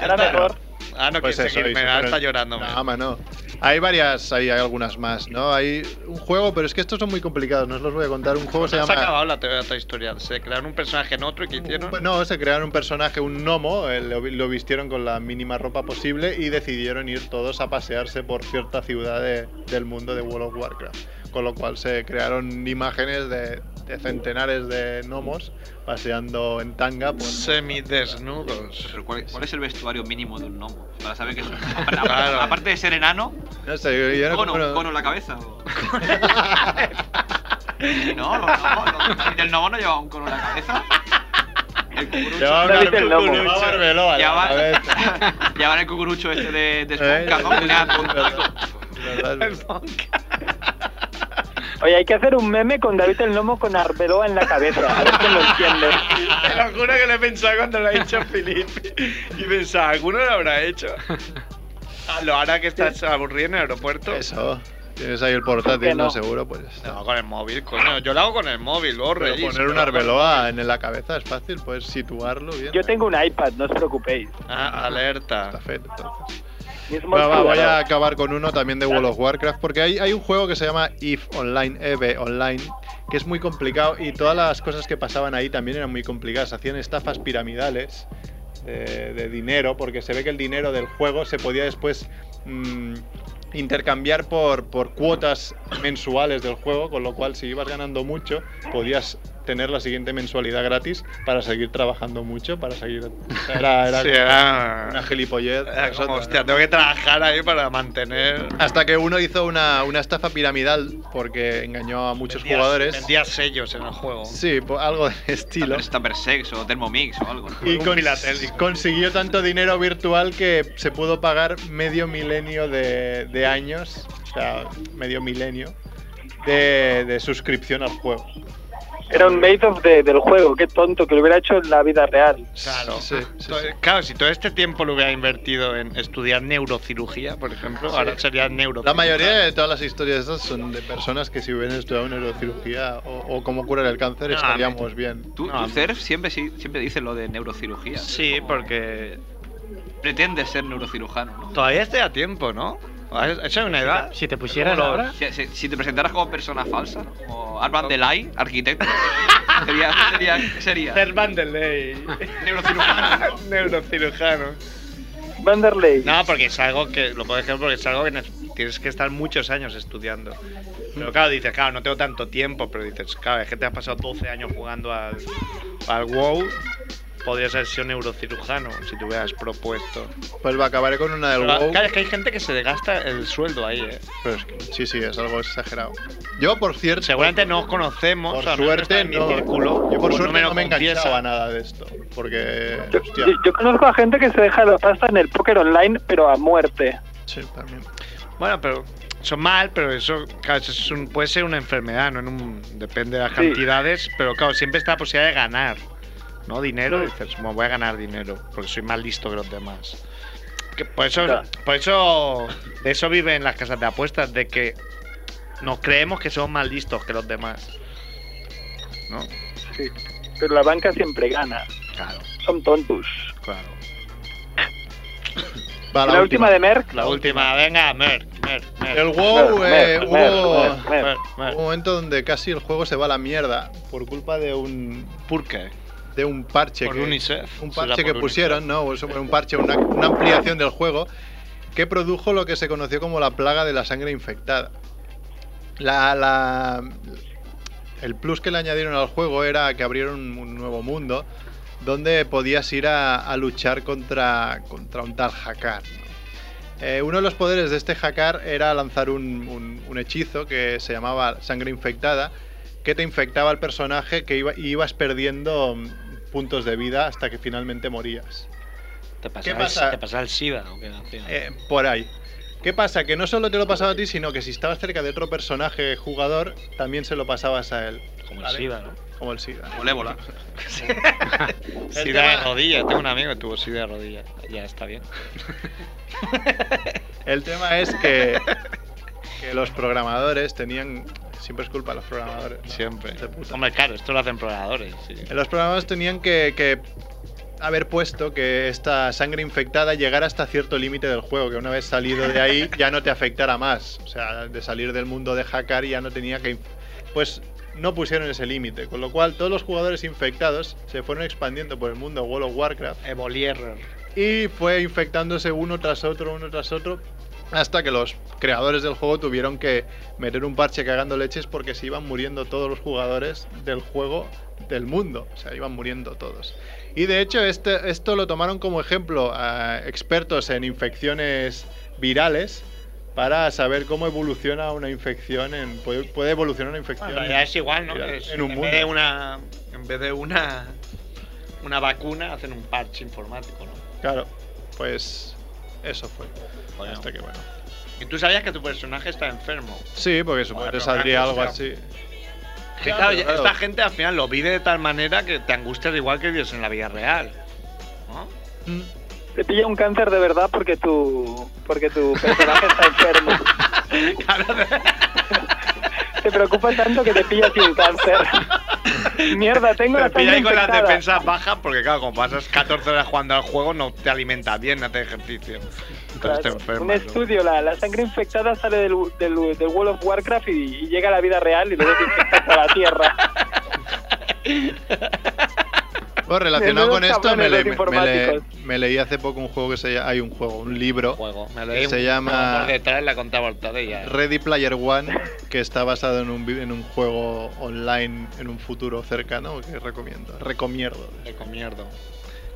I: Era mejor.
A: Ah, no
B: Pues
A: quiere
B: eso, y se
A: seguirme, ahora
B: fueron-
A: está llorando.
B: No,
A: man.
B: ama, no. Hay varias, hay, hay algunas más, ¿no? Hay un juego, pero es que estos son muy complicados, no os los voy a contar. Un juego pues se
A: Se Pues ha
B: llama
A: acabado la teoría de la historia. Se crearon un personaje en otro y ¿qué hicieron?
B: No, se crearon un personaje, un gnomo, eh, lo, vi- lo vistieron con la mínima ropa posible y decidieron ir todos a pasearse por cierta ciudad de- del mundo de World of Warcraft. Con lo cual se crearon imágenes de, de centenares de gnomos paseando en tanga. pues, por-
A: Semidesnudos.
J: Pero ¿cuál, cuál es el vestuario mínimo de un gnomo? Para saber que es un
A: Claro.
J: Aparte de ser enano,
B: no sé, yo no-
J: cono,
B: bueno,
J: cono en la cabeza. o- no, los gnomos, los- David el gnomo no lleva un cono en la cabeza. El cucurucho.
B: llevaba una-
I: David el Lobo.
B: llevaba barbeloa, la
J: Llevaba-
B: cabeza.
J: Llevan el cucurucho este de, de
B: Eh,
J: Sponka, ¿no?
B: eh,
J: Que le dan un
B: verdad,
J: taco.
B: verdad, verdad.
I: Oye, hay que hacer un meme con David el Lomo con Arbeloa en la cabeza. A ver si lo entiende.
A: Te lo juro que lo he pensado cuando lo ha dicho Felipe. Y pensaba, ¿alguno lo habrá hecho? Ah, lo hará que estás aburrido en el aeropuerto.
B: Eso. Tienes ahí el portátil,
I: Que
B: no?
I: no.
B: Seguro, pues.
A: No, con el móvil, coño. Yo lo hago con el móvil, luego
B: Pero
A: Reyes.
B: poner un arbeloa en la cabeza es fácil, puedes situarlo bien.
I: Yo tengo un iPad, no os preocupéis.
A: Ah,
B: Está
A: alerta.
B: feo, entonces.
I: Mismo
B: Va, va, voy a
I: jugador.
B: acabar con uno también de World of Warcraft, porque hay, hay un juego que se llama If Online, EVE Online, que es muy complicado y todas las cosas que pasaban ahí también eran muy complicadas. Hacían estafas piramidales eh, de, de dinero, porque se ve que el dinero del juego se podía después mm, intercambiar por, por cuotas mensuales del juego, con lo cual si ibas ganando mucho, podías tener la siguiente mensualidad gratis para seguir trabajando mucho, para seguir... o sea, Era, era
A: Sí, era-
B: una gilipollez.
A: Era
B: tras
A: como,
B: otra,
A: hostia,
B: ¿no?
A: tengo que trabajar ahí para mantener.
B: Ah, Hasta que uno hizo una, una estafa piramidal porque engañó a muchos
A: Vendía-
B: jugadores.
A: Vendía sellos en el juego.
B: Sí, po- algo de estilo.
J: También es Tuppersex o Thermomix o algo.
B: Y
A: un
B: cons-
A: filatélico.
B: consiguió tanto dinero virtual que se pudo pagar medio milenio de, de años, o sea, medio milenio de, de suscripción al juego.
I: Era un made of de- del juego, qué tonto que lo hubiera hecho en la vida real.
A: Claro. Entonces, Claro, si todo este tiempo lo hubiera invertido en estudiar neurocirugía, por ejemplo,
B: Sí.
A: ahora sería neuro.
B: La mayoría de todas las historias esas son de personas que si hubieran estudiado neurocirugía o, o cómo curar el cáncer
J: No,
B: estaríamos
J: mate.
B: bien.
J: Tú,
B: No,
J: tú, Cerf, siempre, sí- siempre dices lo de neurocirugía. Sí, porque. Pretendes ser neurocirujano, ¿no?
A: Todavía estoy a tiempo, ¿no? Esa es una edad.
E: Si te
A: pusieran ahora-
J: Si, si- si te presentaras como persona falsa, ¿no? como Arban Delay, arquitecto, sería, sería, ¿qué sería?
A: Ser Vanderlei.
J: Neurocirujano.
A: Neurocirujano.
I: Vanderlei.
A: No, porque es algo que, lo puedes hacer porque es algo que ne- tienes que estar muchos años estudiando. Pero claro, dices, claro, no tengo tanto tiempo, pero dices, claro, es que te has pasado 12 años jugando al, al WoW. Podrías haber sido neurocirujano si te hubieras propuesto.
B: Pues va, acabaré con una del
A: Pero,
B: WoW.
A: Claro, es que hay gente que se gasta el sueldo ahí, ¿eh?
B: Pero es que- sí, sí, es algo exagerado. Yo, por cierto.
A: Seguramente no os conocemos.
B: Por
A: o sea, no está
B: suerte,
A: en mi
B: no.
A: círculo,
B: yo por
A: o
B: suerte no me,
A: Pues lo
B: he enganchado
A: confiesa.
B: a nada de esto. Porque. Hostia.
I: Yo, yo conozco a gente que se deja la pasta en el póker online, pero a muerte.
B: Sí, también.
A: Bueno, pero son mal, pero eso, claro, eso es un- puede ser una enfermedad, ¿no? En un- depende de las
I: Sí.
A: cantidades, pero claro, siempre está la posibilidad de ganar, ¿no? Dinero, dices, "Bueno, voy a ganar dinero, porque soy más listo que los demás. Que por eso,
I: Claro.
A: por eso, de eso viven las casas de apuestas, de que nos creemos que somos más listos que los demás. ¿No?
I: Sí. Pero la banca siempre gana.
A: Claro,
I: Son tontos.
A: claro.
B: Va,
I: la, última. de Merck.
A: La última, venga, Merck, Merck, Merck.
B: El WoW, eh,
I: Mer,
B: hubo,
I: Mer, Mer, Mer.
B: hubo un momento donde casi el juego se va a la mierda por culpa de un
A: ¿Por qué?
B: de un parche
A: Por
B: que,
A: UNICEF.
B: un
A: Será
B: parche
A: por
B: que
A: UNICEF.
B: pusieron, ¿no? O sobre Un parche, una, una ampliación del juego que produjo lo que se conoció como la plaga de la sangre infectada. La, la- el plus que le añadieron al juego era que abrieron un nuevo mundo donde podías ir a, a luchar contra, contra un tal Hakar. ¿no? Eh, uno de los poderes de este Hakar era lanzar un- un- un hechizo que se llamaba Sangre Infectada, que te infectaba el personaje que iba, y ibas perdiendo mm, puntos de vida hasta que finalmente morías.
A: ¿Te
B: ¿Qué pasa?
A: ¿Te pasa el SIDA o qué?
B: Eh, por ahí. ¿Qué pasa? Que no solo te lo pasaba a ti, sino que si estabas cerca de otro personaje jugador, también se lo pasabas a él.
A: Como
B: ¿vale?
A: el SIDA, ¿no?
B: Como el SIDA.
J: Como el ébola.
A: Sida de rodilla, tengo un amigo que tuvo sida de rodilla. Ya está bien.
B: El tema es que, que los programadores tenían... Siempre es culpa de los programadores. ¿no?
A: Siempre.
B: De puta.
A: Hombre, claro, esto lo hacen programadores. sí.
B: En los programas tenían que, que haber puesto que esta sangre infectada llegara hasta cierto límite del juego, que una vez salido de ahí ya no te afectara más. O sea, de salir del mundo de hackar ya no tenía que... inf- Pues no pusieron ese límite, con lo cual todos los jugadores infectados se fueron expandiendo por el mundo World of Warcraft
A: Evolierrer.
B: y fue infectándose uno tras otro, uno tras otro, hasta que los creadores del juego tuvieron que meter un parche cagando leches porque se iban muriendo todos los jugadores del juego del mundo, o sea, iban muriendo todos. Y de hecho este, esto lo tomaron como ejemplo a expertos en infecciones virales para saber cómo evoluciona una infección en puede, puede evolucionar una infección.
A: En realidad es igual, ¿no?
B: viral
A: Es-
B: en un
A: Vez de
B: mundo.
A: una, en vez de una, una vacuna, hacen un parche informático, ¿no?
B: Claro, pues eso fue.
A: Bueno.
B: Hasta que bueno.
A: Y tú sabías que tu personaje está enfermo.
B: Sí, porque supongo que
A: Bueno,
B: saldría
A: claro,
B: algo
A: claro.
B: así.
A: Que,
B: Claro,
A: claro, ya-
B: claro.
A: esta gente al final lo vive de tal manera que te angustias igual que vives en la vida real. ¿no?
I: Te pilla un cáncer de verdad porque tu, porque tu personaje está enfermo. te preocupa tanto que te pilla sin cáncer. Mierda, tengo
A: Te
I: la
A: pilla
I: sangre
A: ahí con las
I: infectada.
A: defensas bajas porque, claro, como pasas 14 horas jugando al juego, no te alimentas bien, no haces ejercicio. Entonces te
I: Claro,
A: enfermas.
I: un
A: ¿no?
I: estudio, la, la sangre infectada sale del, del, del World of Warcraft y, y llega a la vida real y luego te infectas a la Tierra.
B: Pues relacionado
I: Menudos
B: con esto, me,
I: cabrones
B: le-
I: los
B: me- me le-
I: informáticos.
B: me leí hace poco un juego que se llama, hay un juego, un libro,
A: juego. Me lo
B: que
A: di
B: se
A: un-
B: llama-
A: por detrás la contaba el Tadeo ya.
B: Ready Player One, que está basado en un, vi- en un juego online en un futuro cercano, que recomiendo, recomiendo.
A: Me comierdo.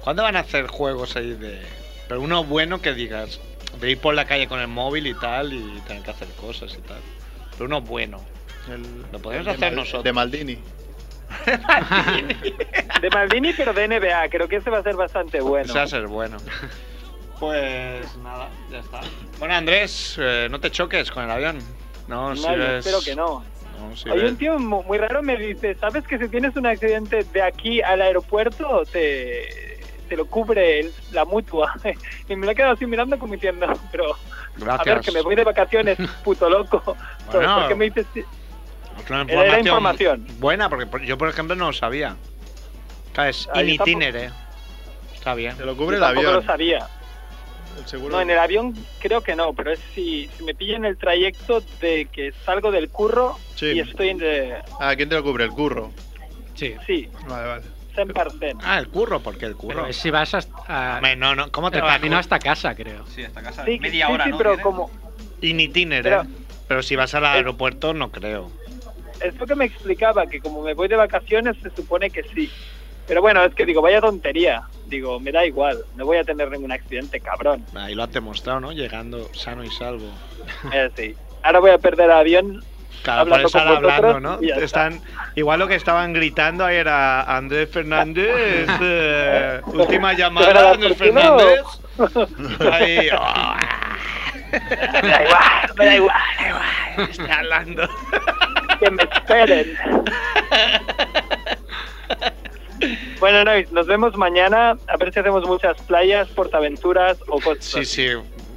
A: ¿Cuándo van a hacer juegos ahí de.? Pero uno bueno que digas. De ir por la calle con el móvil y tal y tener que hacer cosas y tal. Pero uno bueno.
B: El-
A: Lo podemos
B: el de
A: hacer
B: Mal-
A: nosotros.
B: De Maldini.
I: De Maldini, pero de NBA. Creo que este va a ser bastante bueno.
A: Eso va a ser bueno. Pues nada, ya está. Bueno, Andrés, eh, no te choques con el avión. No,
I: No,
A: si
I: yo
A: ves-
I: espero que no.
B: No, sí,
I: Hay
B: ve.
I: un tío mu- muy raro me dice, ¿sabes que si tienes un accidente de aquí al aeropuerto te, te lo cubre el- la mutua? Y me lo he quedado así mirando como diciendo, pero a ver
A: Gracias.
I: que me voy de vacaciones, puto loco. Pero,
A: Bueno.
I: ¿Por qué me dices? si-
A: Es una
I: Era la información.
A: Buena, porque por- yo, por ejemplo, no lo sabía. Claro, es
I: Ahí
A: in
I: está,
A: itinere. Está bien. Te
B: lo
I: yo tampoco lo sabía. No, en el avión creo que no, pero es si, si me pillan el trayecto de que salgo del curro
B: Sí.
I: y estoy en... eh, de-
B: Ah, ¿quién te lo cubre? El curro.
A: Sí.
I: Sí,
B: Vale, vale.
I: en parte.
A: Ah, el curro, porque el curro.
E: Pero es si vas hasta.
A: Hombre, no, no, ¿cómo te
E: pero
A: vas?
E: camino hasta casa, creo.
J: Sí, hasta casa.
I: Sí,
J: media
I: sí,
J: hora,
I: sí,
J: ¿no?
I: pero
J: Tiene.
I: como...
A: In itinere. Pero,
I: Pero-
A: si vas al aeropuerto, no creo.
I: Es lo que me explicaba, que como me voy de vacaciones se supone que sí. Pero bueno, es que digo, vaya tontería. Digo, me da igual, no voy a tener ningún accidente, cabrón.
A: Ahí lo has demostrado, ¿no? Llegando sano y salvo.
I: Eh, sí. Ahora voy a perder avión.
A: Claro, por
I: Hablando
A: estar
I: con vosotros
A: hablando, ¿no?
I: y ya está.
A: Están, igual lo que estaban gritando ahí era Andrés Fernández, eh, última
I: ¿Te van a
A: llamada,
I: dar
A: Andrés
I: por culo?
A: Fernández. Ahí, oh,
I: Me da igual, me da igual.
A: está hablando.
I: Que me esperen. Bueno, no, y nos vemos mañana. A ver si hacemos muchas playas, portaventuras o cosas.
A: Sí, sí,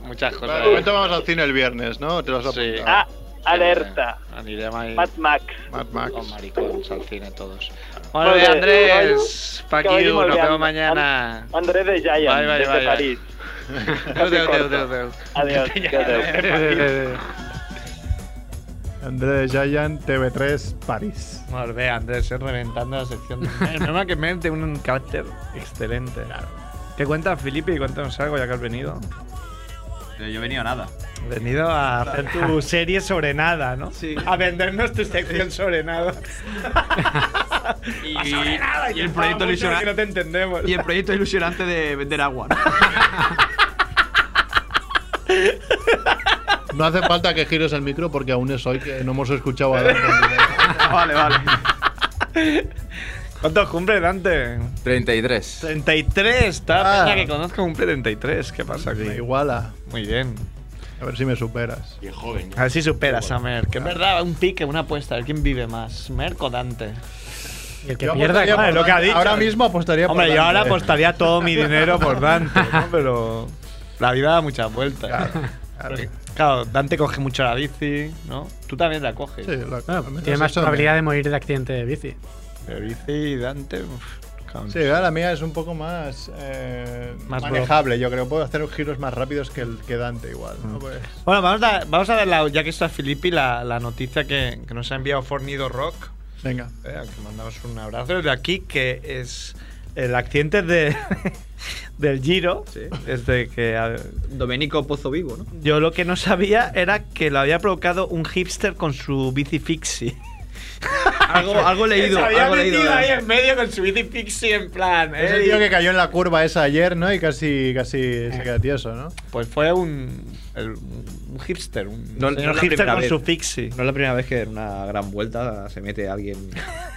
A: muchas
B: Bueno,
A: cosas.
B: de momento vamos al cine el viernes, ¿no? Te lo has
A: Sí.
B: apuntado.
I: Ah, alerta.
A: Aniremos ahí
I: Mad Max.
B: Mad Max.
E: Oh,
A: con maricones al cine todos.
I: Muy
A: Bueno,
I: bien.
A: Andrés, pa'
I: Que
A: aquí,
I: venimos
A: nos
I: de
A: vemos
I: And-
A: mañana.
I: Andrés de Giant,
A: Vale, vale,
I: desde
A: vale.
I: París.
A: Adeu, adeu, adeu, adeu.
I: Adiós. adiós.
B: Eh, Andrés eh. Giant, TV3, París.
A: Molt bé, Andrés, es reventando la sección. No me que me de un carácter excelente. ¿Qué cuenta Felipe y cuéntanos algo ya que has venido?
J: Pero yo he venido nada.
A: Has venido a hacer tu serie sobre nada, ¿no? Sí. A vendernos tu sección sobre nada.
J: Y,
A: sobre nada,
J: y el proyecto
A: mucho
J: ilusiona-
A: que no te entendemos.
J: y el proyecto ilusionante de vender agua.
B: No hace falta que gires el micro porque aún es hoy que no hemos escuchado a Dante.
J: vale, vale.
A: ¿Cuántos cumple Dante?
C: 33.
A: 33. Está
B: Ah.
A: peña que conozco cumple 33. ¿Qué pasa aquí?
B: Me iguala.
A: Muy bien.
B: A ver si me superas.
K: Bien joven.
A: A ver si superas a Mer. Que es verdad, un pique, una apuesta. A ver quién vive más. Merc o Dante.
E: Y el que
B: Yo
E: pierda,
B: apostaría
E: claro,
B: por
E: lo que ha
B: Dante.
E: dicho.
B: Ahora mismo apostaría por
A: Hombre, yo
B: Dante.
A: ahora apostaría todo mi dinero por Dante, ¿no? Pero la vida da muchas vueltas. Claro,
B: Claro.
A: Dante coge mucho la bici, ¿no? Tú también la coges.
B: Sí, lo-
E: Bueno,
B: al menos
E: Ah, tiene más
B: eso me-
E: probabilidad de morir de accidente de bici.
A: Pero bici y Dante, uf, cabrón.
B: Sí, ahora la mía es un poco más, eh,
A: Más
B: manejable, yo creo. Puedo hacer giros más rápidos que, el, que Dante igual. ¿no? Pues-
A: Bueno, vamos a, vamos a ver, la- ya que está Filippi, la, la noticia que, que nos ha enviado Fornido Rock.
B: venga.
A: Eh, al que mandamos un abrazo desde aquí, que es el accidente de, del Giro. Desde que a-
H: Domenico Pozo Vivo, ¿no?
A: Yo lo que no sabía era que lo había provocado un hipster con su bici fixie.
H: Algo, algo leído,
A: Se había
H: algo leído.
A: metido
I: ¿eh?
A: ahí en medio con su bici pixie en plan.
B: Es
A: ¿eh?
B: el tío que cayó en la curva esa ayer, ¿no? Y casi, casi se queda tieso, ¿no?
A: Pues fue un, el- un hipster, un
H: No, no
A: señor
H: la
A: hipster
H: primera
A: con
H: vez.
A: su pixie.
H: No es la primera vez que en una gran vuelta se mete alguien.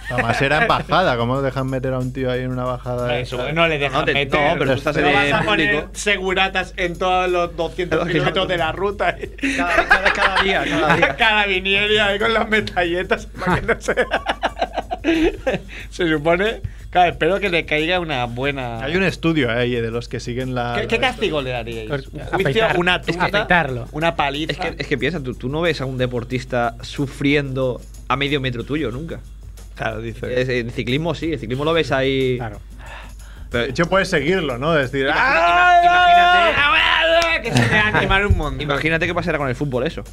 B: Además era en bajada. ¿Cómo dejan meter a un tío ahí en una bajada?
A: Eso, no le dejan
H: No, te-
A: meter.
H: no, pero estás
A: No
H: en
A: vas a poner
H: público.
A: seguratas en todos los 200 kilómetros de la ruta.
H: Cada, cada, cada día, cada día.
A: Carabinieri ahí con las metralletas para que no se... se supone... Claro, espero que le caiga una buena...
B: Hay un estudio ahí de los que siguen la.
A: ¿Qué, qué
B: la-
A: castigo le daríais? ¿Un
E: Afeitar.
A: juicio? ¿Una
E: Es que
A: tunda?
E: afeitarlo.
A: ¿Una paliza?
H: Es que, es que piensa, tú, tú no ves a un deportista sufriendo a medio metro tuyo nunca.
A: Claro, dice...
H: Es- En ciclismo sí, en ciclismo lo ves ahí.
E: Claro.
H: Pero-
B: De hecho, puedes seguirlo, ¿no? Decir, ¡ah!
A: ¡Ah! Imagínate que se me va a quemar un montón.
H: imagínate qué pasará con el fútbol eso.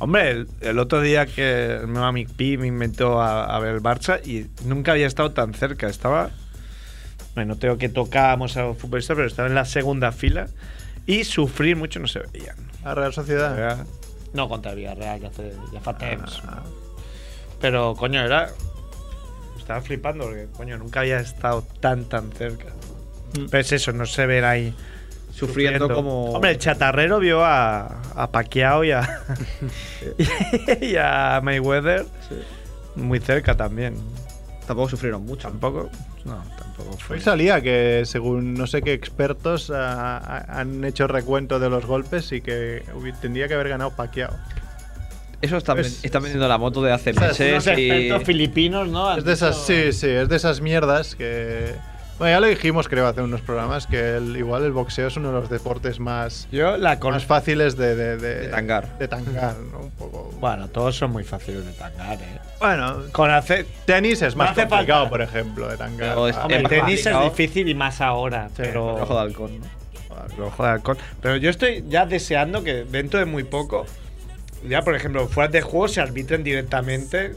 A: Hombre, el, el otro día que el meu amic Pi me inventó a, a ver el Barça y nunca había estado tan cerca. Estaba. Bueno, no tengo que tocábamos a los futbolistas, pero estaba en la segunda fila y sufrir mucho no se veían.
B: A Real Sociedad.
A: Era- Ah. No contra el Villarreal, ya, hace, ya fa temps.
B: Ah.
A: Pero, coño, era. Estaba flipando porque, coño, nunca había estado tan, tan cerca. Pero es Mm. Pues eso, no se ven ahí.
H: Sufriendo, como.
A: Hombre, el chatarrero vio a, a Pacquiao y a, y a Mayweather muy cerca también.
H: tampoco sufrieron mucho.
A: ¿Tampoco? No, tampoco fue.
B: Hoy salía que, según no sé qué expertos, a- a- han hecho recuento de los golpes y que hubi- tendría que haber ganado Paquiao.
H: Eso está,
A: Pues
B: Es-
H: están vendiendo la moto de hace
B: Esas-
H: meses
B: unos
H: y.
B: expertos
A: filipinos, ¿no?
B: Es de esas, sí, sí, es de esas mierdas que. Bueno, ya lo dijimos, creo, hace unos programas, que el- igual el boxeo es uno de los deportes más, más fáciles de, de, tangar. De tangar, ¿no? Un poco.
A: Bueno, todos son muy fáciles de tangar, ¿eh.
B: Bueno,
A: con hacer
B: tenis es más
A: hace
B: complicado,
A: falta.
B: por ejemplo, de tangar.
A: Hombre,
B: Ah,
A: el
B: bueno.
A: tenis es difícil y más ahora. pero...
B: rojo
H: de halcón.
A: Rojo de halcón. Pero yo estoy ya deseando que dentro de muy poco, ya por ejemplo, fuera de juego se arbitren directamente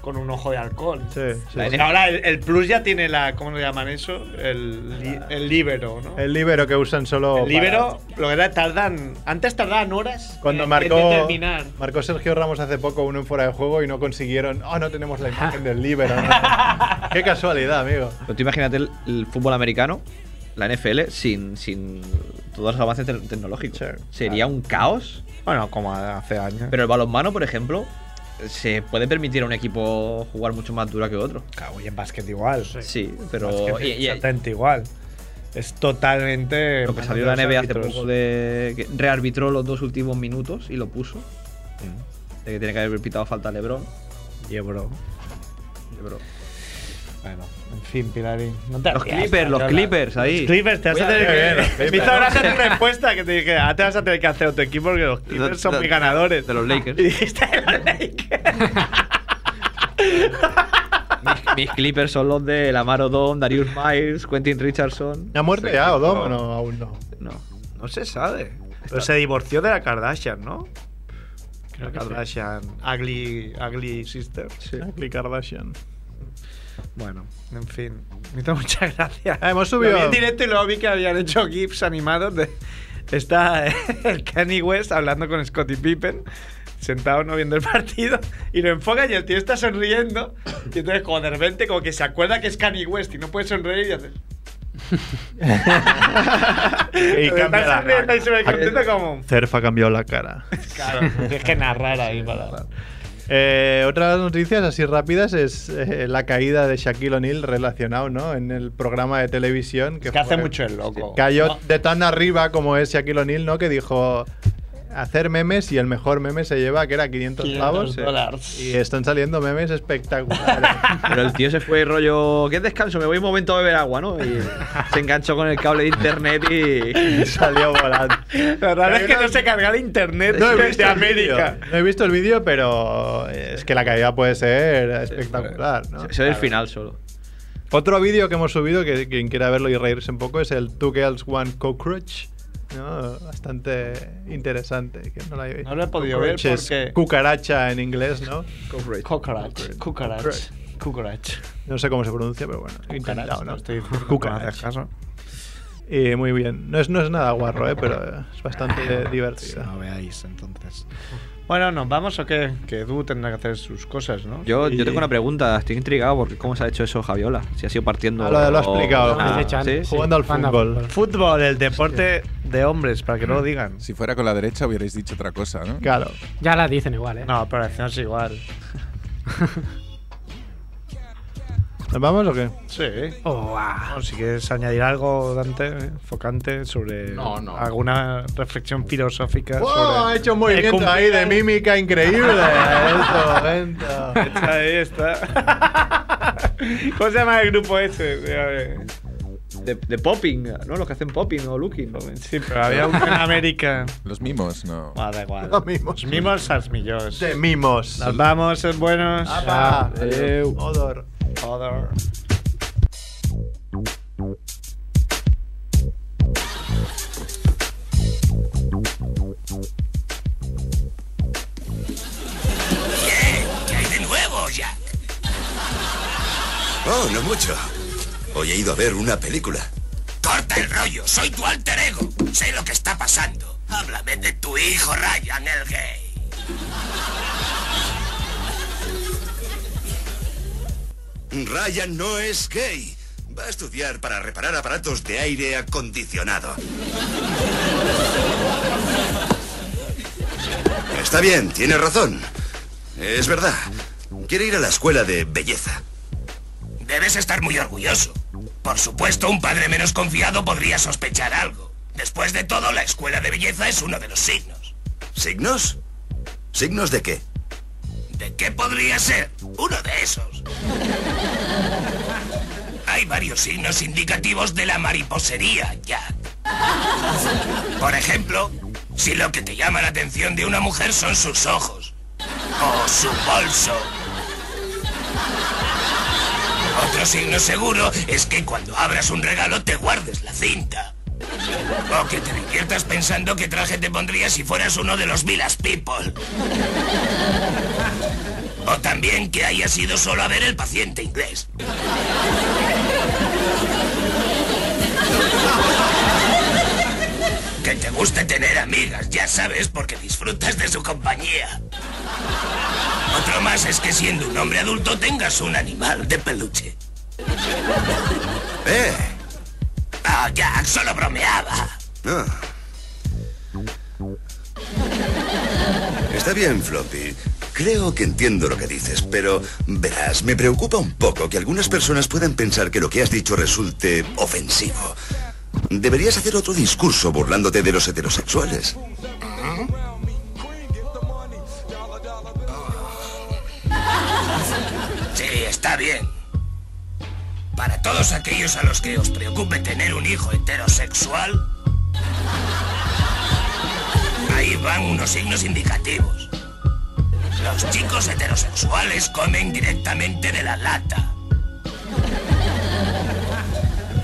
A: con un ojo de halcón.
B: sí.
A: O sea, Ahora el, el Plus ya tiene la, ¿cómo lo llaman eso? El, li- el libero, ¿no?
B: El libero que usan solo.
A: El libero, lo que da, tardan. Antes tardaban horas
B: para- Cuando
A: en-
B: marcó,
A: en determinar.
B: marcó Sergio Ramos hace poco uno en fuera de juego y no consiguieron. Oh, no tenemos la imagen del libero. ¿no?". Qué casualidad, amigo.
H: Pero tú imagínate el, el fútbol americano, la NFL, sin, sin todos los avances te- tecnológicos. Sería un caos.
A: Bueno, como hace años.
H: Pero el balonmano, por ejemplo, se puede permitir a un equipo jugar mucho más dura que otro.
A: Cago, y en básquet igual.
H: Sí, pero.
A: Básquet
H: y- y-
A: exactamente igual. Es totalmente.
H: lo que salió la
A: manos
H: NBA hace
A: árbitros.
H: poco de. que rearbitró los dos últimos minutos y lo puso.
A: Mm.
H: De que tiene que haber pitado falta a Lebron.
A: Lebron.
H: Lebron.
A: Bueno, en fin, Pilarín. No te
H: Los
A: rías,
H: Clippers, los
A: Carola.
H: Clippers, ahí.
A: Los Clippers, te vas
H: Voy
A: a
H: a ver bien,
A: tener
H: los
A: que.
H: Clippers.
A: Me hizo gracia tu respuesta que te dije, ah, te vas a tener que hacer otro equipo porque los Clippers son
H: de-
A: muy ganadores. Ah,
H: de los Lakers.
A: Y dijiste, de los Lakers.
H: Mis, mis Clippers son los de Lamar Odom, Darius Miles, Quentin Richardson.
B: ¿Ha muerto
H: Sí,
B: ya Odom o
H: no.
B: no? Aún no.
H: No.
A: No se sabe. Pero se divorció de la Kardashian, ¿no? la Kardashian. Ugly, ugly Sister.
B: Ugly Kardashian.
A: Bueno, en fin. Me hizo muchas gracias.
B: hemos
A: Lo vi
B: subido-
A: en directo y luego vi que habían hecho GIFs animados de. Está eh, el Kanye West hablando con Scottie Pippen, sentado no viendo el partido, y lo enfoca y el tío está sonriendo. Y entonces, como de repente, como que se acuerda que es Kanye West y no puede sonreír y hace.
B: Y
A: Está
B: cambia la
A: sonriendo y se ve
B: cara.
A: contento como.
B: Cerfa cambió la cara.
A: Claro, tienes que narrar ahí para.
B: Eh, otras noticias así rápidas es eh, la caída de Shaquille O'Neal relacionado, ¿no? En el programa de televisión que,
A: Que hace
B: fue-
A: mucho el loco.
B: Cayó
A: No.
B: de tan arriba como es Shaquille O'Neal, ¿no? Que dijo hacer memes y el mejor meme se lleva que era 500,
A: 500
B: pavos eh".
A: dólares.
B: y están saliendo memes espectaculares.
H: Pero el tío se fue rollo. ¿Qué descanso? Me voy un momento a beber agua, ¿no? Y se enganchó con el cable de internet y.
B: salió volando.
A: La verdad es que no se carga el internet
B: No he
A: de
B: visto el vídeo,
A: América.
B: no he visto el vídeo, pero es que la caída puede ser espectacular. ¿no?
H: Eso es el final solo.
B: Otro vídeo que hemos subido, que quien quiera verlo y reírse un poco, es el Two Girls One Cockroach. ¿no? Bastante interesante. Que no, lo
A: No lo he podido ver porque-
B: Cucaracha en inglés, ¿no?
A: Cockroach. Cockroach. Cockroach.
B: No sé cómo se pronuncia, pero bueno. he intentado, ¿no?
A: no estoy
B: Cucaracha.
A: no haces caso.
B: Y muy bien. No es, no es nada guarro, ¿eh? pero es bastante divertido.
A: No veáis, entonces. Bueno, ¿nos vamos o qué? Que Du tendrá que hacer sus cosas, ¿no?
H: Yo,
A: Y-
H: yo tengo una pregunta, estoy intrigado porque cómo se ha hecho eso Javiola. Si ha sido partiendo.
B: Ah, lo- lo ha
H: o-
B: explicado.
H: Ah,
B: Desde Chan.
H: ¿sí?
B: Jugando al
H: Jugando al
B: fútbol.
A: Fútbol, el deporte de hombres, para que no lo digan.
C: Si fuera con la derecha hubierais dicho otra cosa, ¿no?
B: Claro.
E: Ya la dicen igual, ¿eh?
A: No, pero hacemos igual.
B: ¿Nos vamos o qué?
A: Sí. Oh, Bueno, si quieres añadir algo, Dante, eh, focante, sobre
B: No, no.
A: alguna reflexión filosófica.
B: ¡Wow!
A: sobre
B: Ha hecho un movimiento
A: el
B: ahí de
A: cumpleaños.
B: mímica increíble. Eso, venta.
A: Está ahí, está. ¿Cómo se llama el grupo ese? A ver.
H: De, de popping, ¿no? Los que hacen popping o looking.
A: Sí, pero había uno en América.
C: Los mimos, no.
A: Ah, da igual.
B: Los mimos.
A: Mimos sasmillos.
B: De mimos.
A: Nos vamos, es buenos.
B: ¡Apa!
A: Adeu.
B: Odor.
A: Odor.
K: de nuevo, Jack? Oh, no mucho. Hoy he ido a ver una película. ¡Corta el rollo! ¡Soy tu alter ego! ¡Sé lo que está pasando! ¡Háblame de tu hijo, Ryan, el gay! Ryan no es gay. Va a estudiar para reparar aparatos de aire acondicionado. Está bien, tienes razón. Es verdad. Quiere ir a la escuela de belleza. Debes estar muy orgulloso. Por supuesto, un padre menos confiado podría sospechar algo. Después de todo, la escuela de belleza es uno de los signos. ¿Signos? ¿Signos de qué? ¿De qué podría ser? Uno de esos. Hay varios signos indicativos de la mariposería, Jack. Por ejemplo, si lo que te llama la atención de una mujer son sus ojos, o su bolso. Otro signo seguro es que cuando abras un regalo te guardes la cinta. O que te diviertas pensando qué traje te pondrías si fueras uno de los Villas People. O también que hayas ido solo a ver el paciente inglés. Que te guste tener amigas, ya sabes, porque disfrutas de su compañía. Otro más es que siendo un hombre adulto tengas un animal de peluche. ¡Eh! Ah, Jack, solo bromeaba. Ah.
F: Está bien, Floppy.
K: Creo que entiendo lo que dices, pero verás, me preocupa un poco que algunas personas puedan pensar que lo que has dicho resulte ofensivo. Deberías hacer otro discurso burlándote de los heterosexuales.
F: Sí, está bien. Para todos aquellos a los que os preocupe tener un hijo heterosexual, ahí van unos signos indicativos. Los chicos heterosexuales comen directamente de la lata.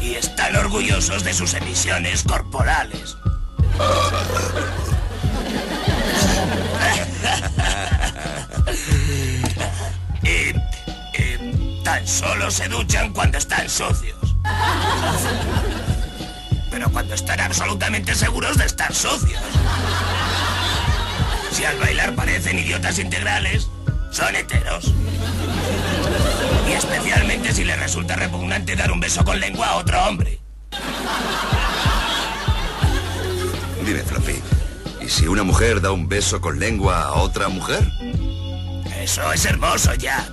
F: Y están orgullosos de sus emisiones corporales. Y, y tan solo se duchan cuando están sucios. Pero cuando están absolutamente seguros de estar sucios. Si al bailar parecen idiotas integrales, son heteros. Y especialmente si les resulta repugnante dar un beso con lengua a otro hombre.
K: Dime, Floppy, ¿y si una mujer da un beso con lengua a otra mujer?
F: Eso es hermoso, Jack.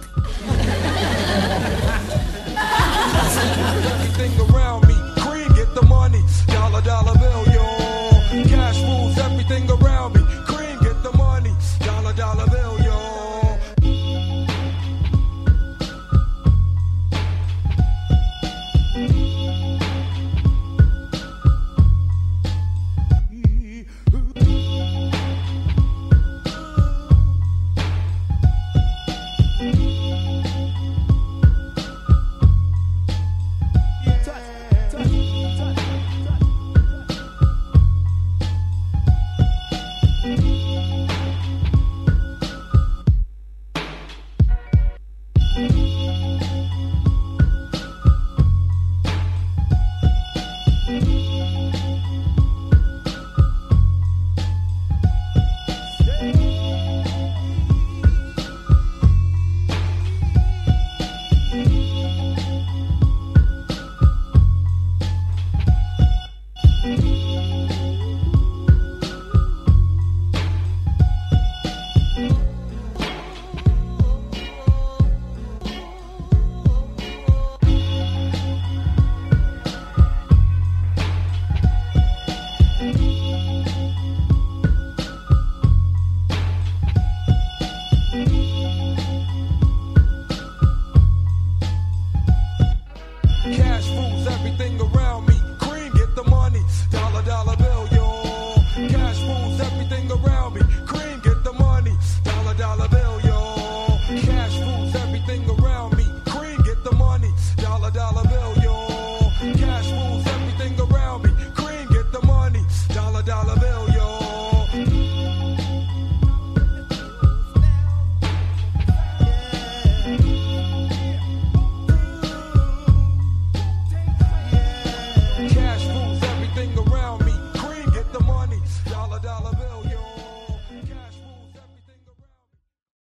L: Everything around me, green, get the money, dollar dollar bill, yo. Cash rules everything around me, green, get the money, dollar dollar bill, yo.
D: Thank you.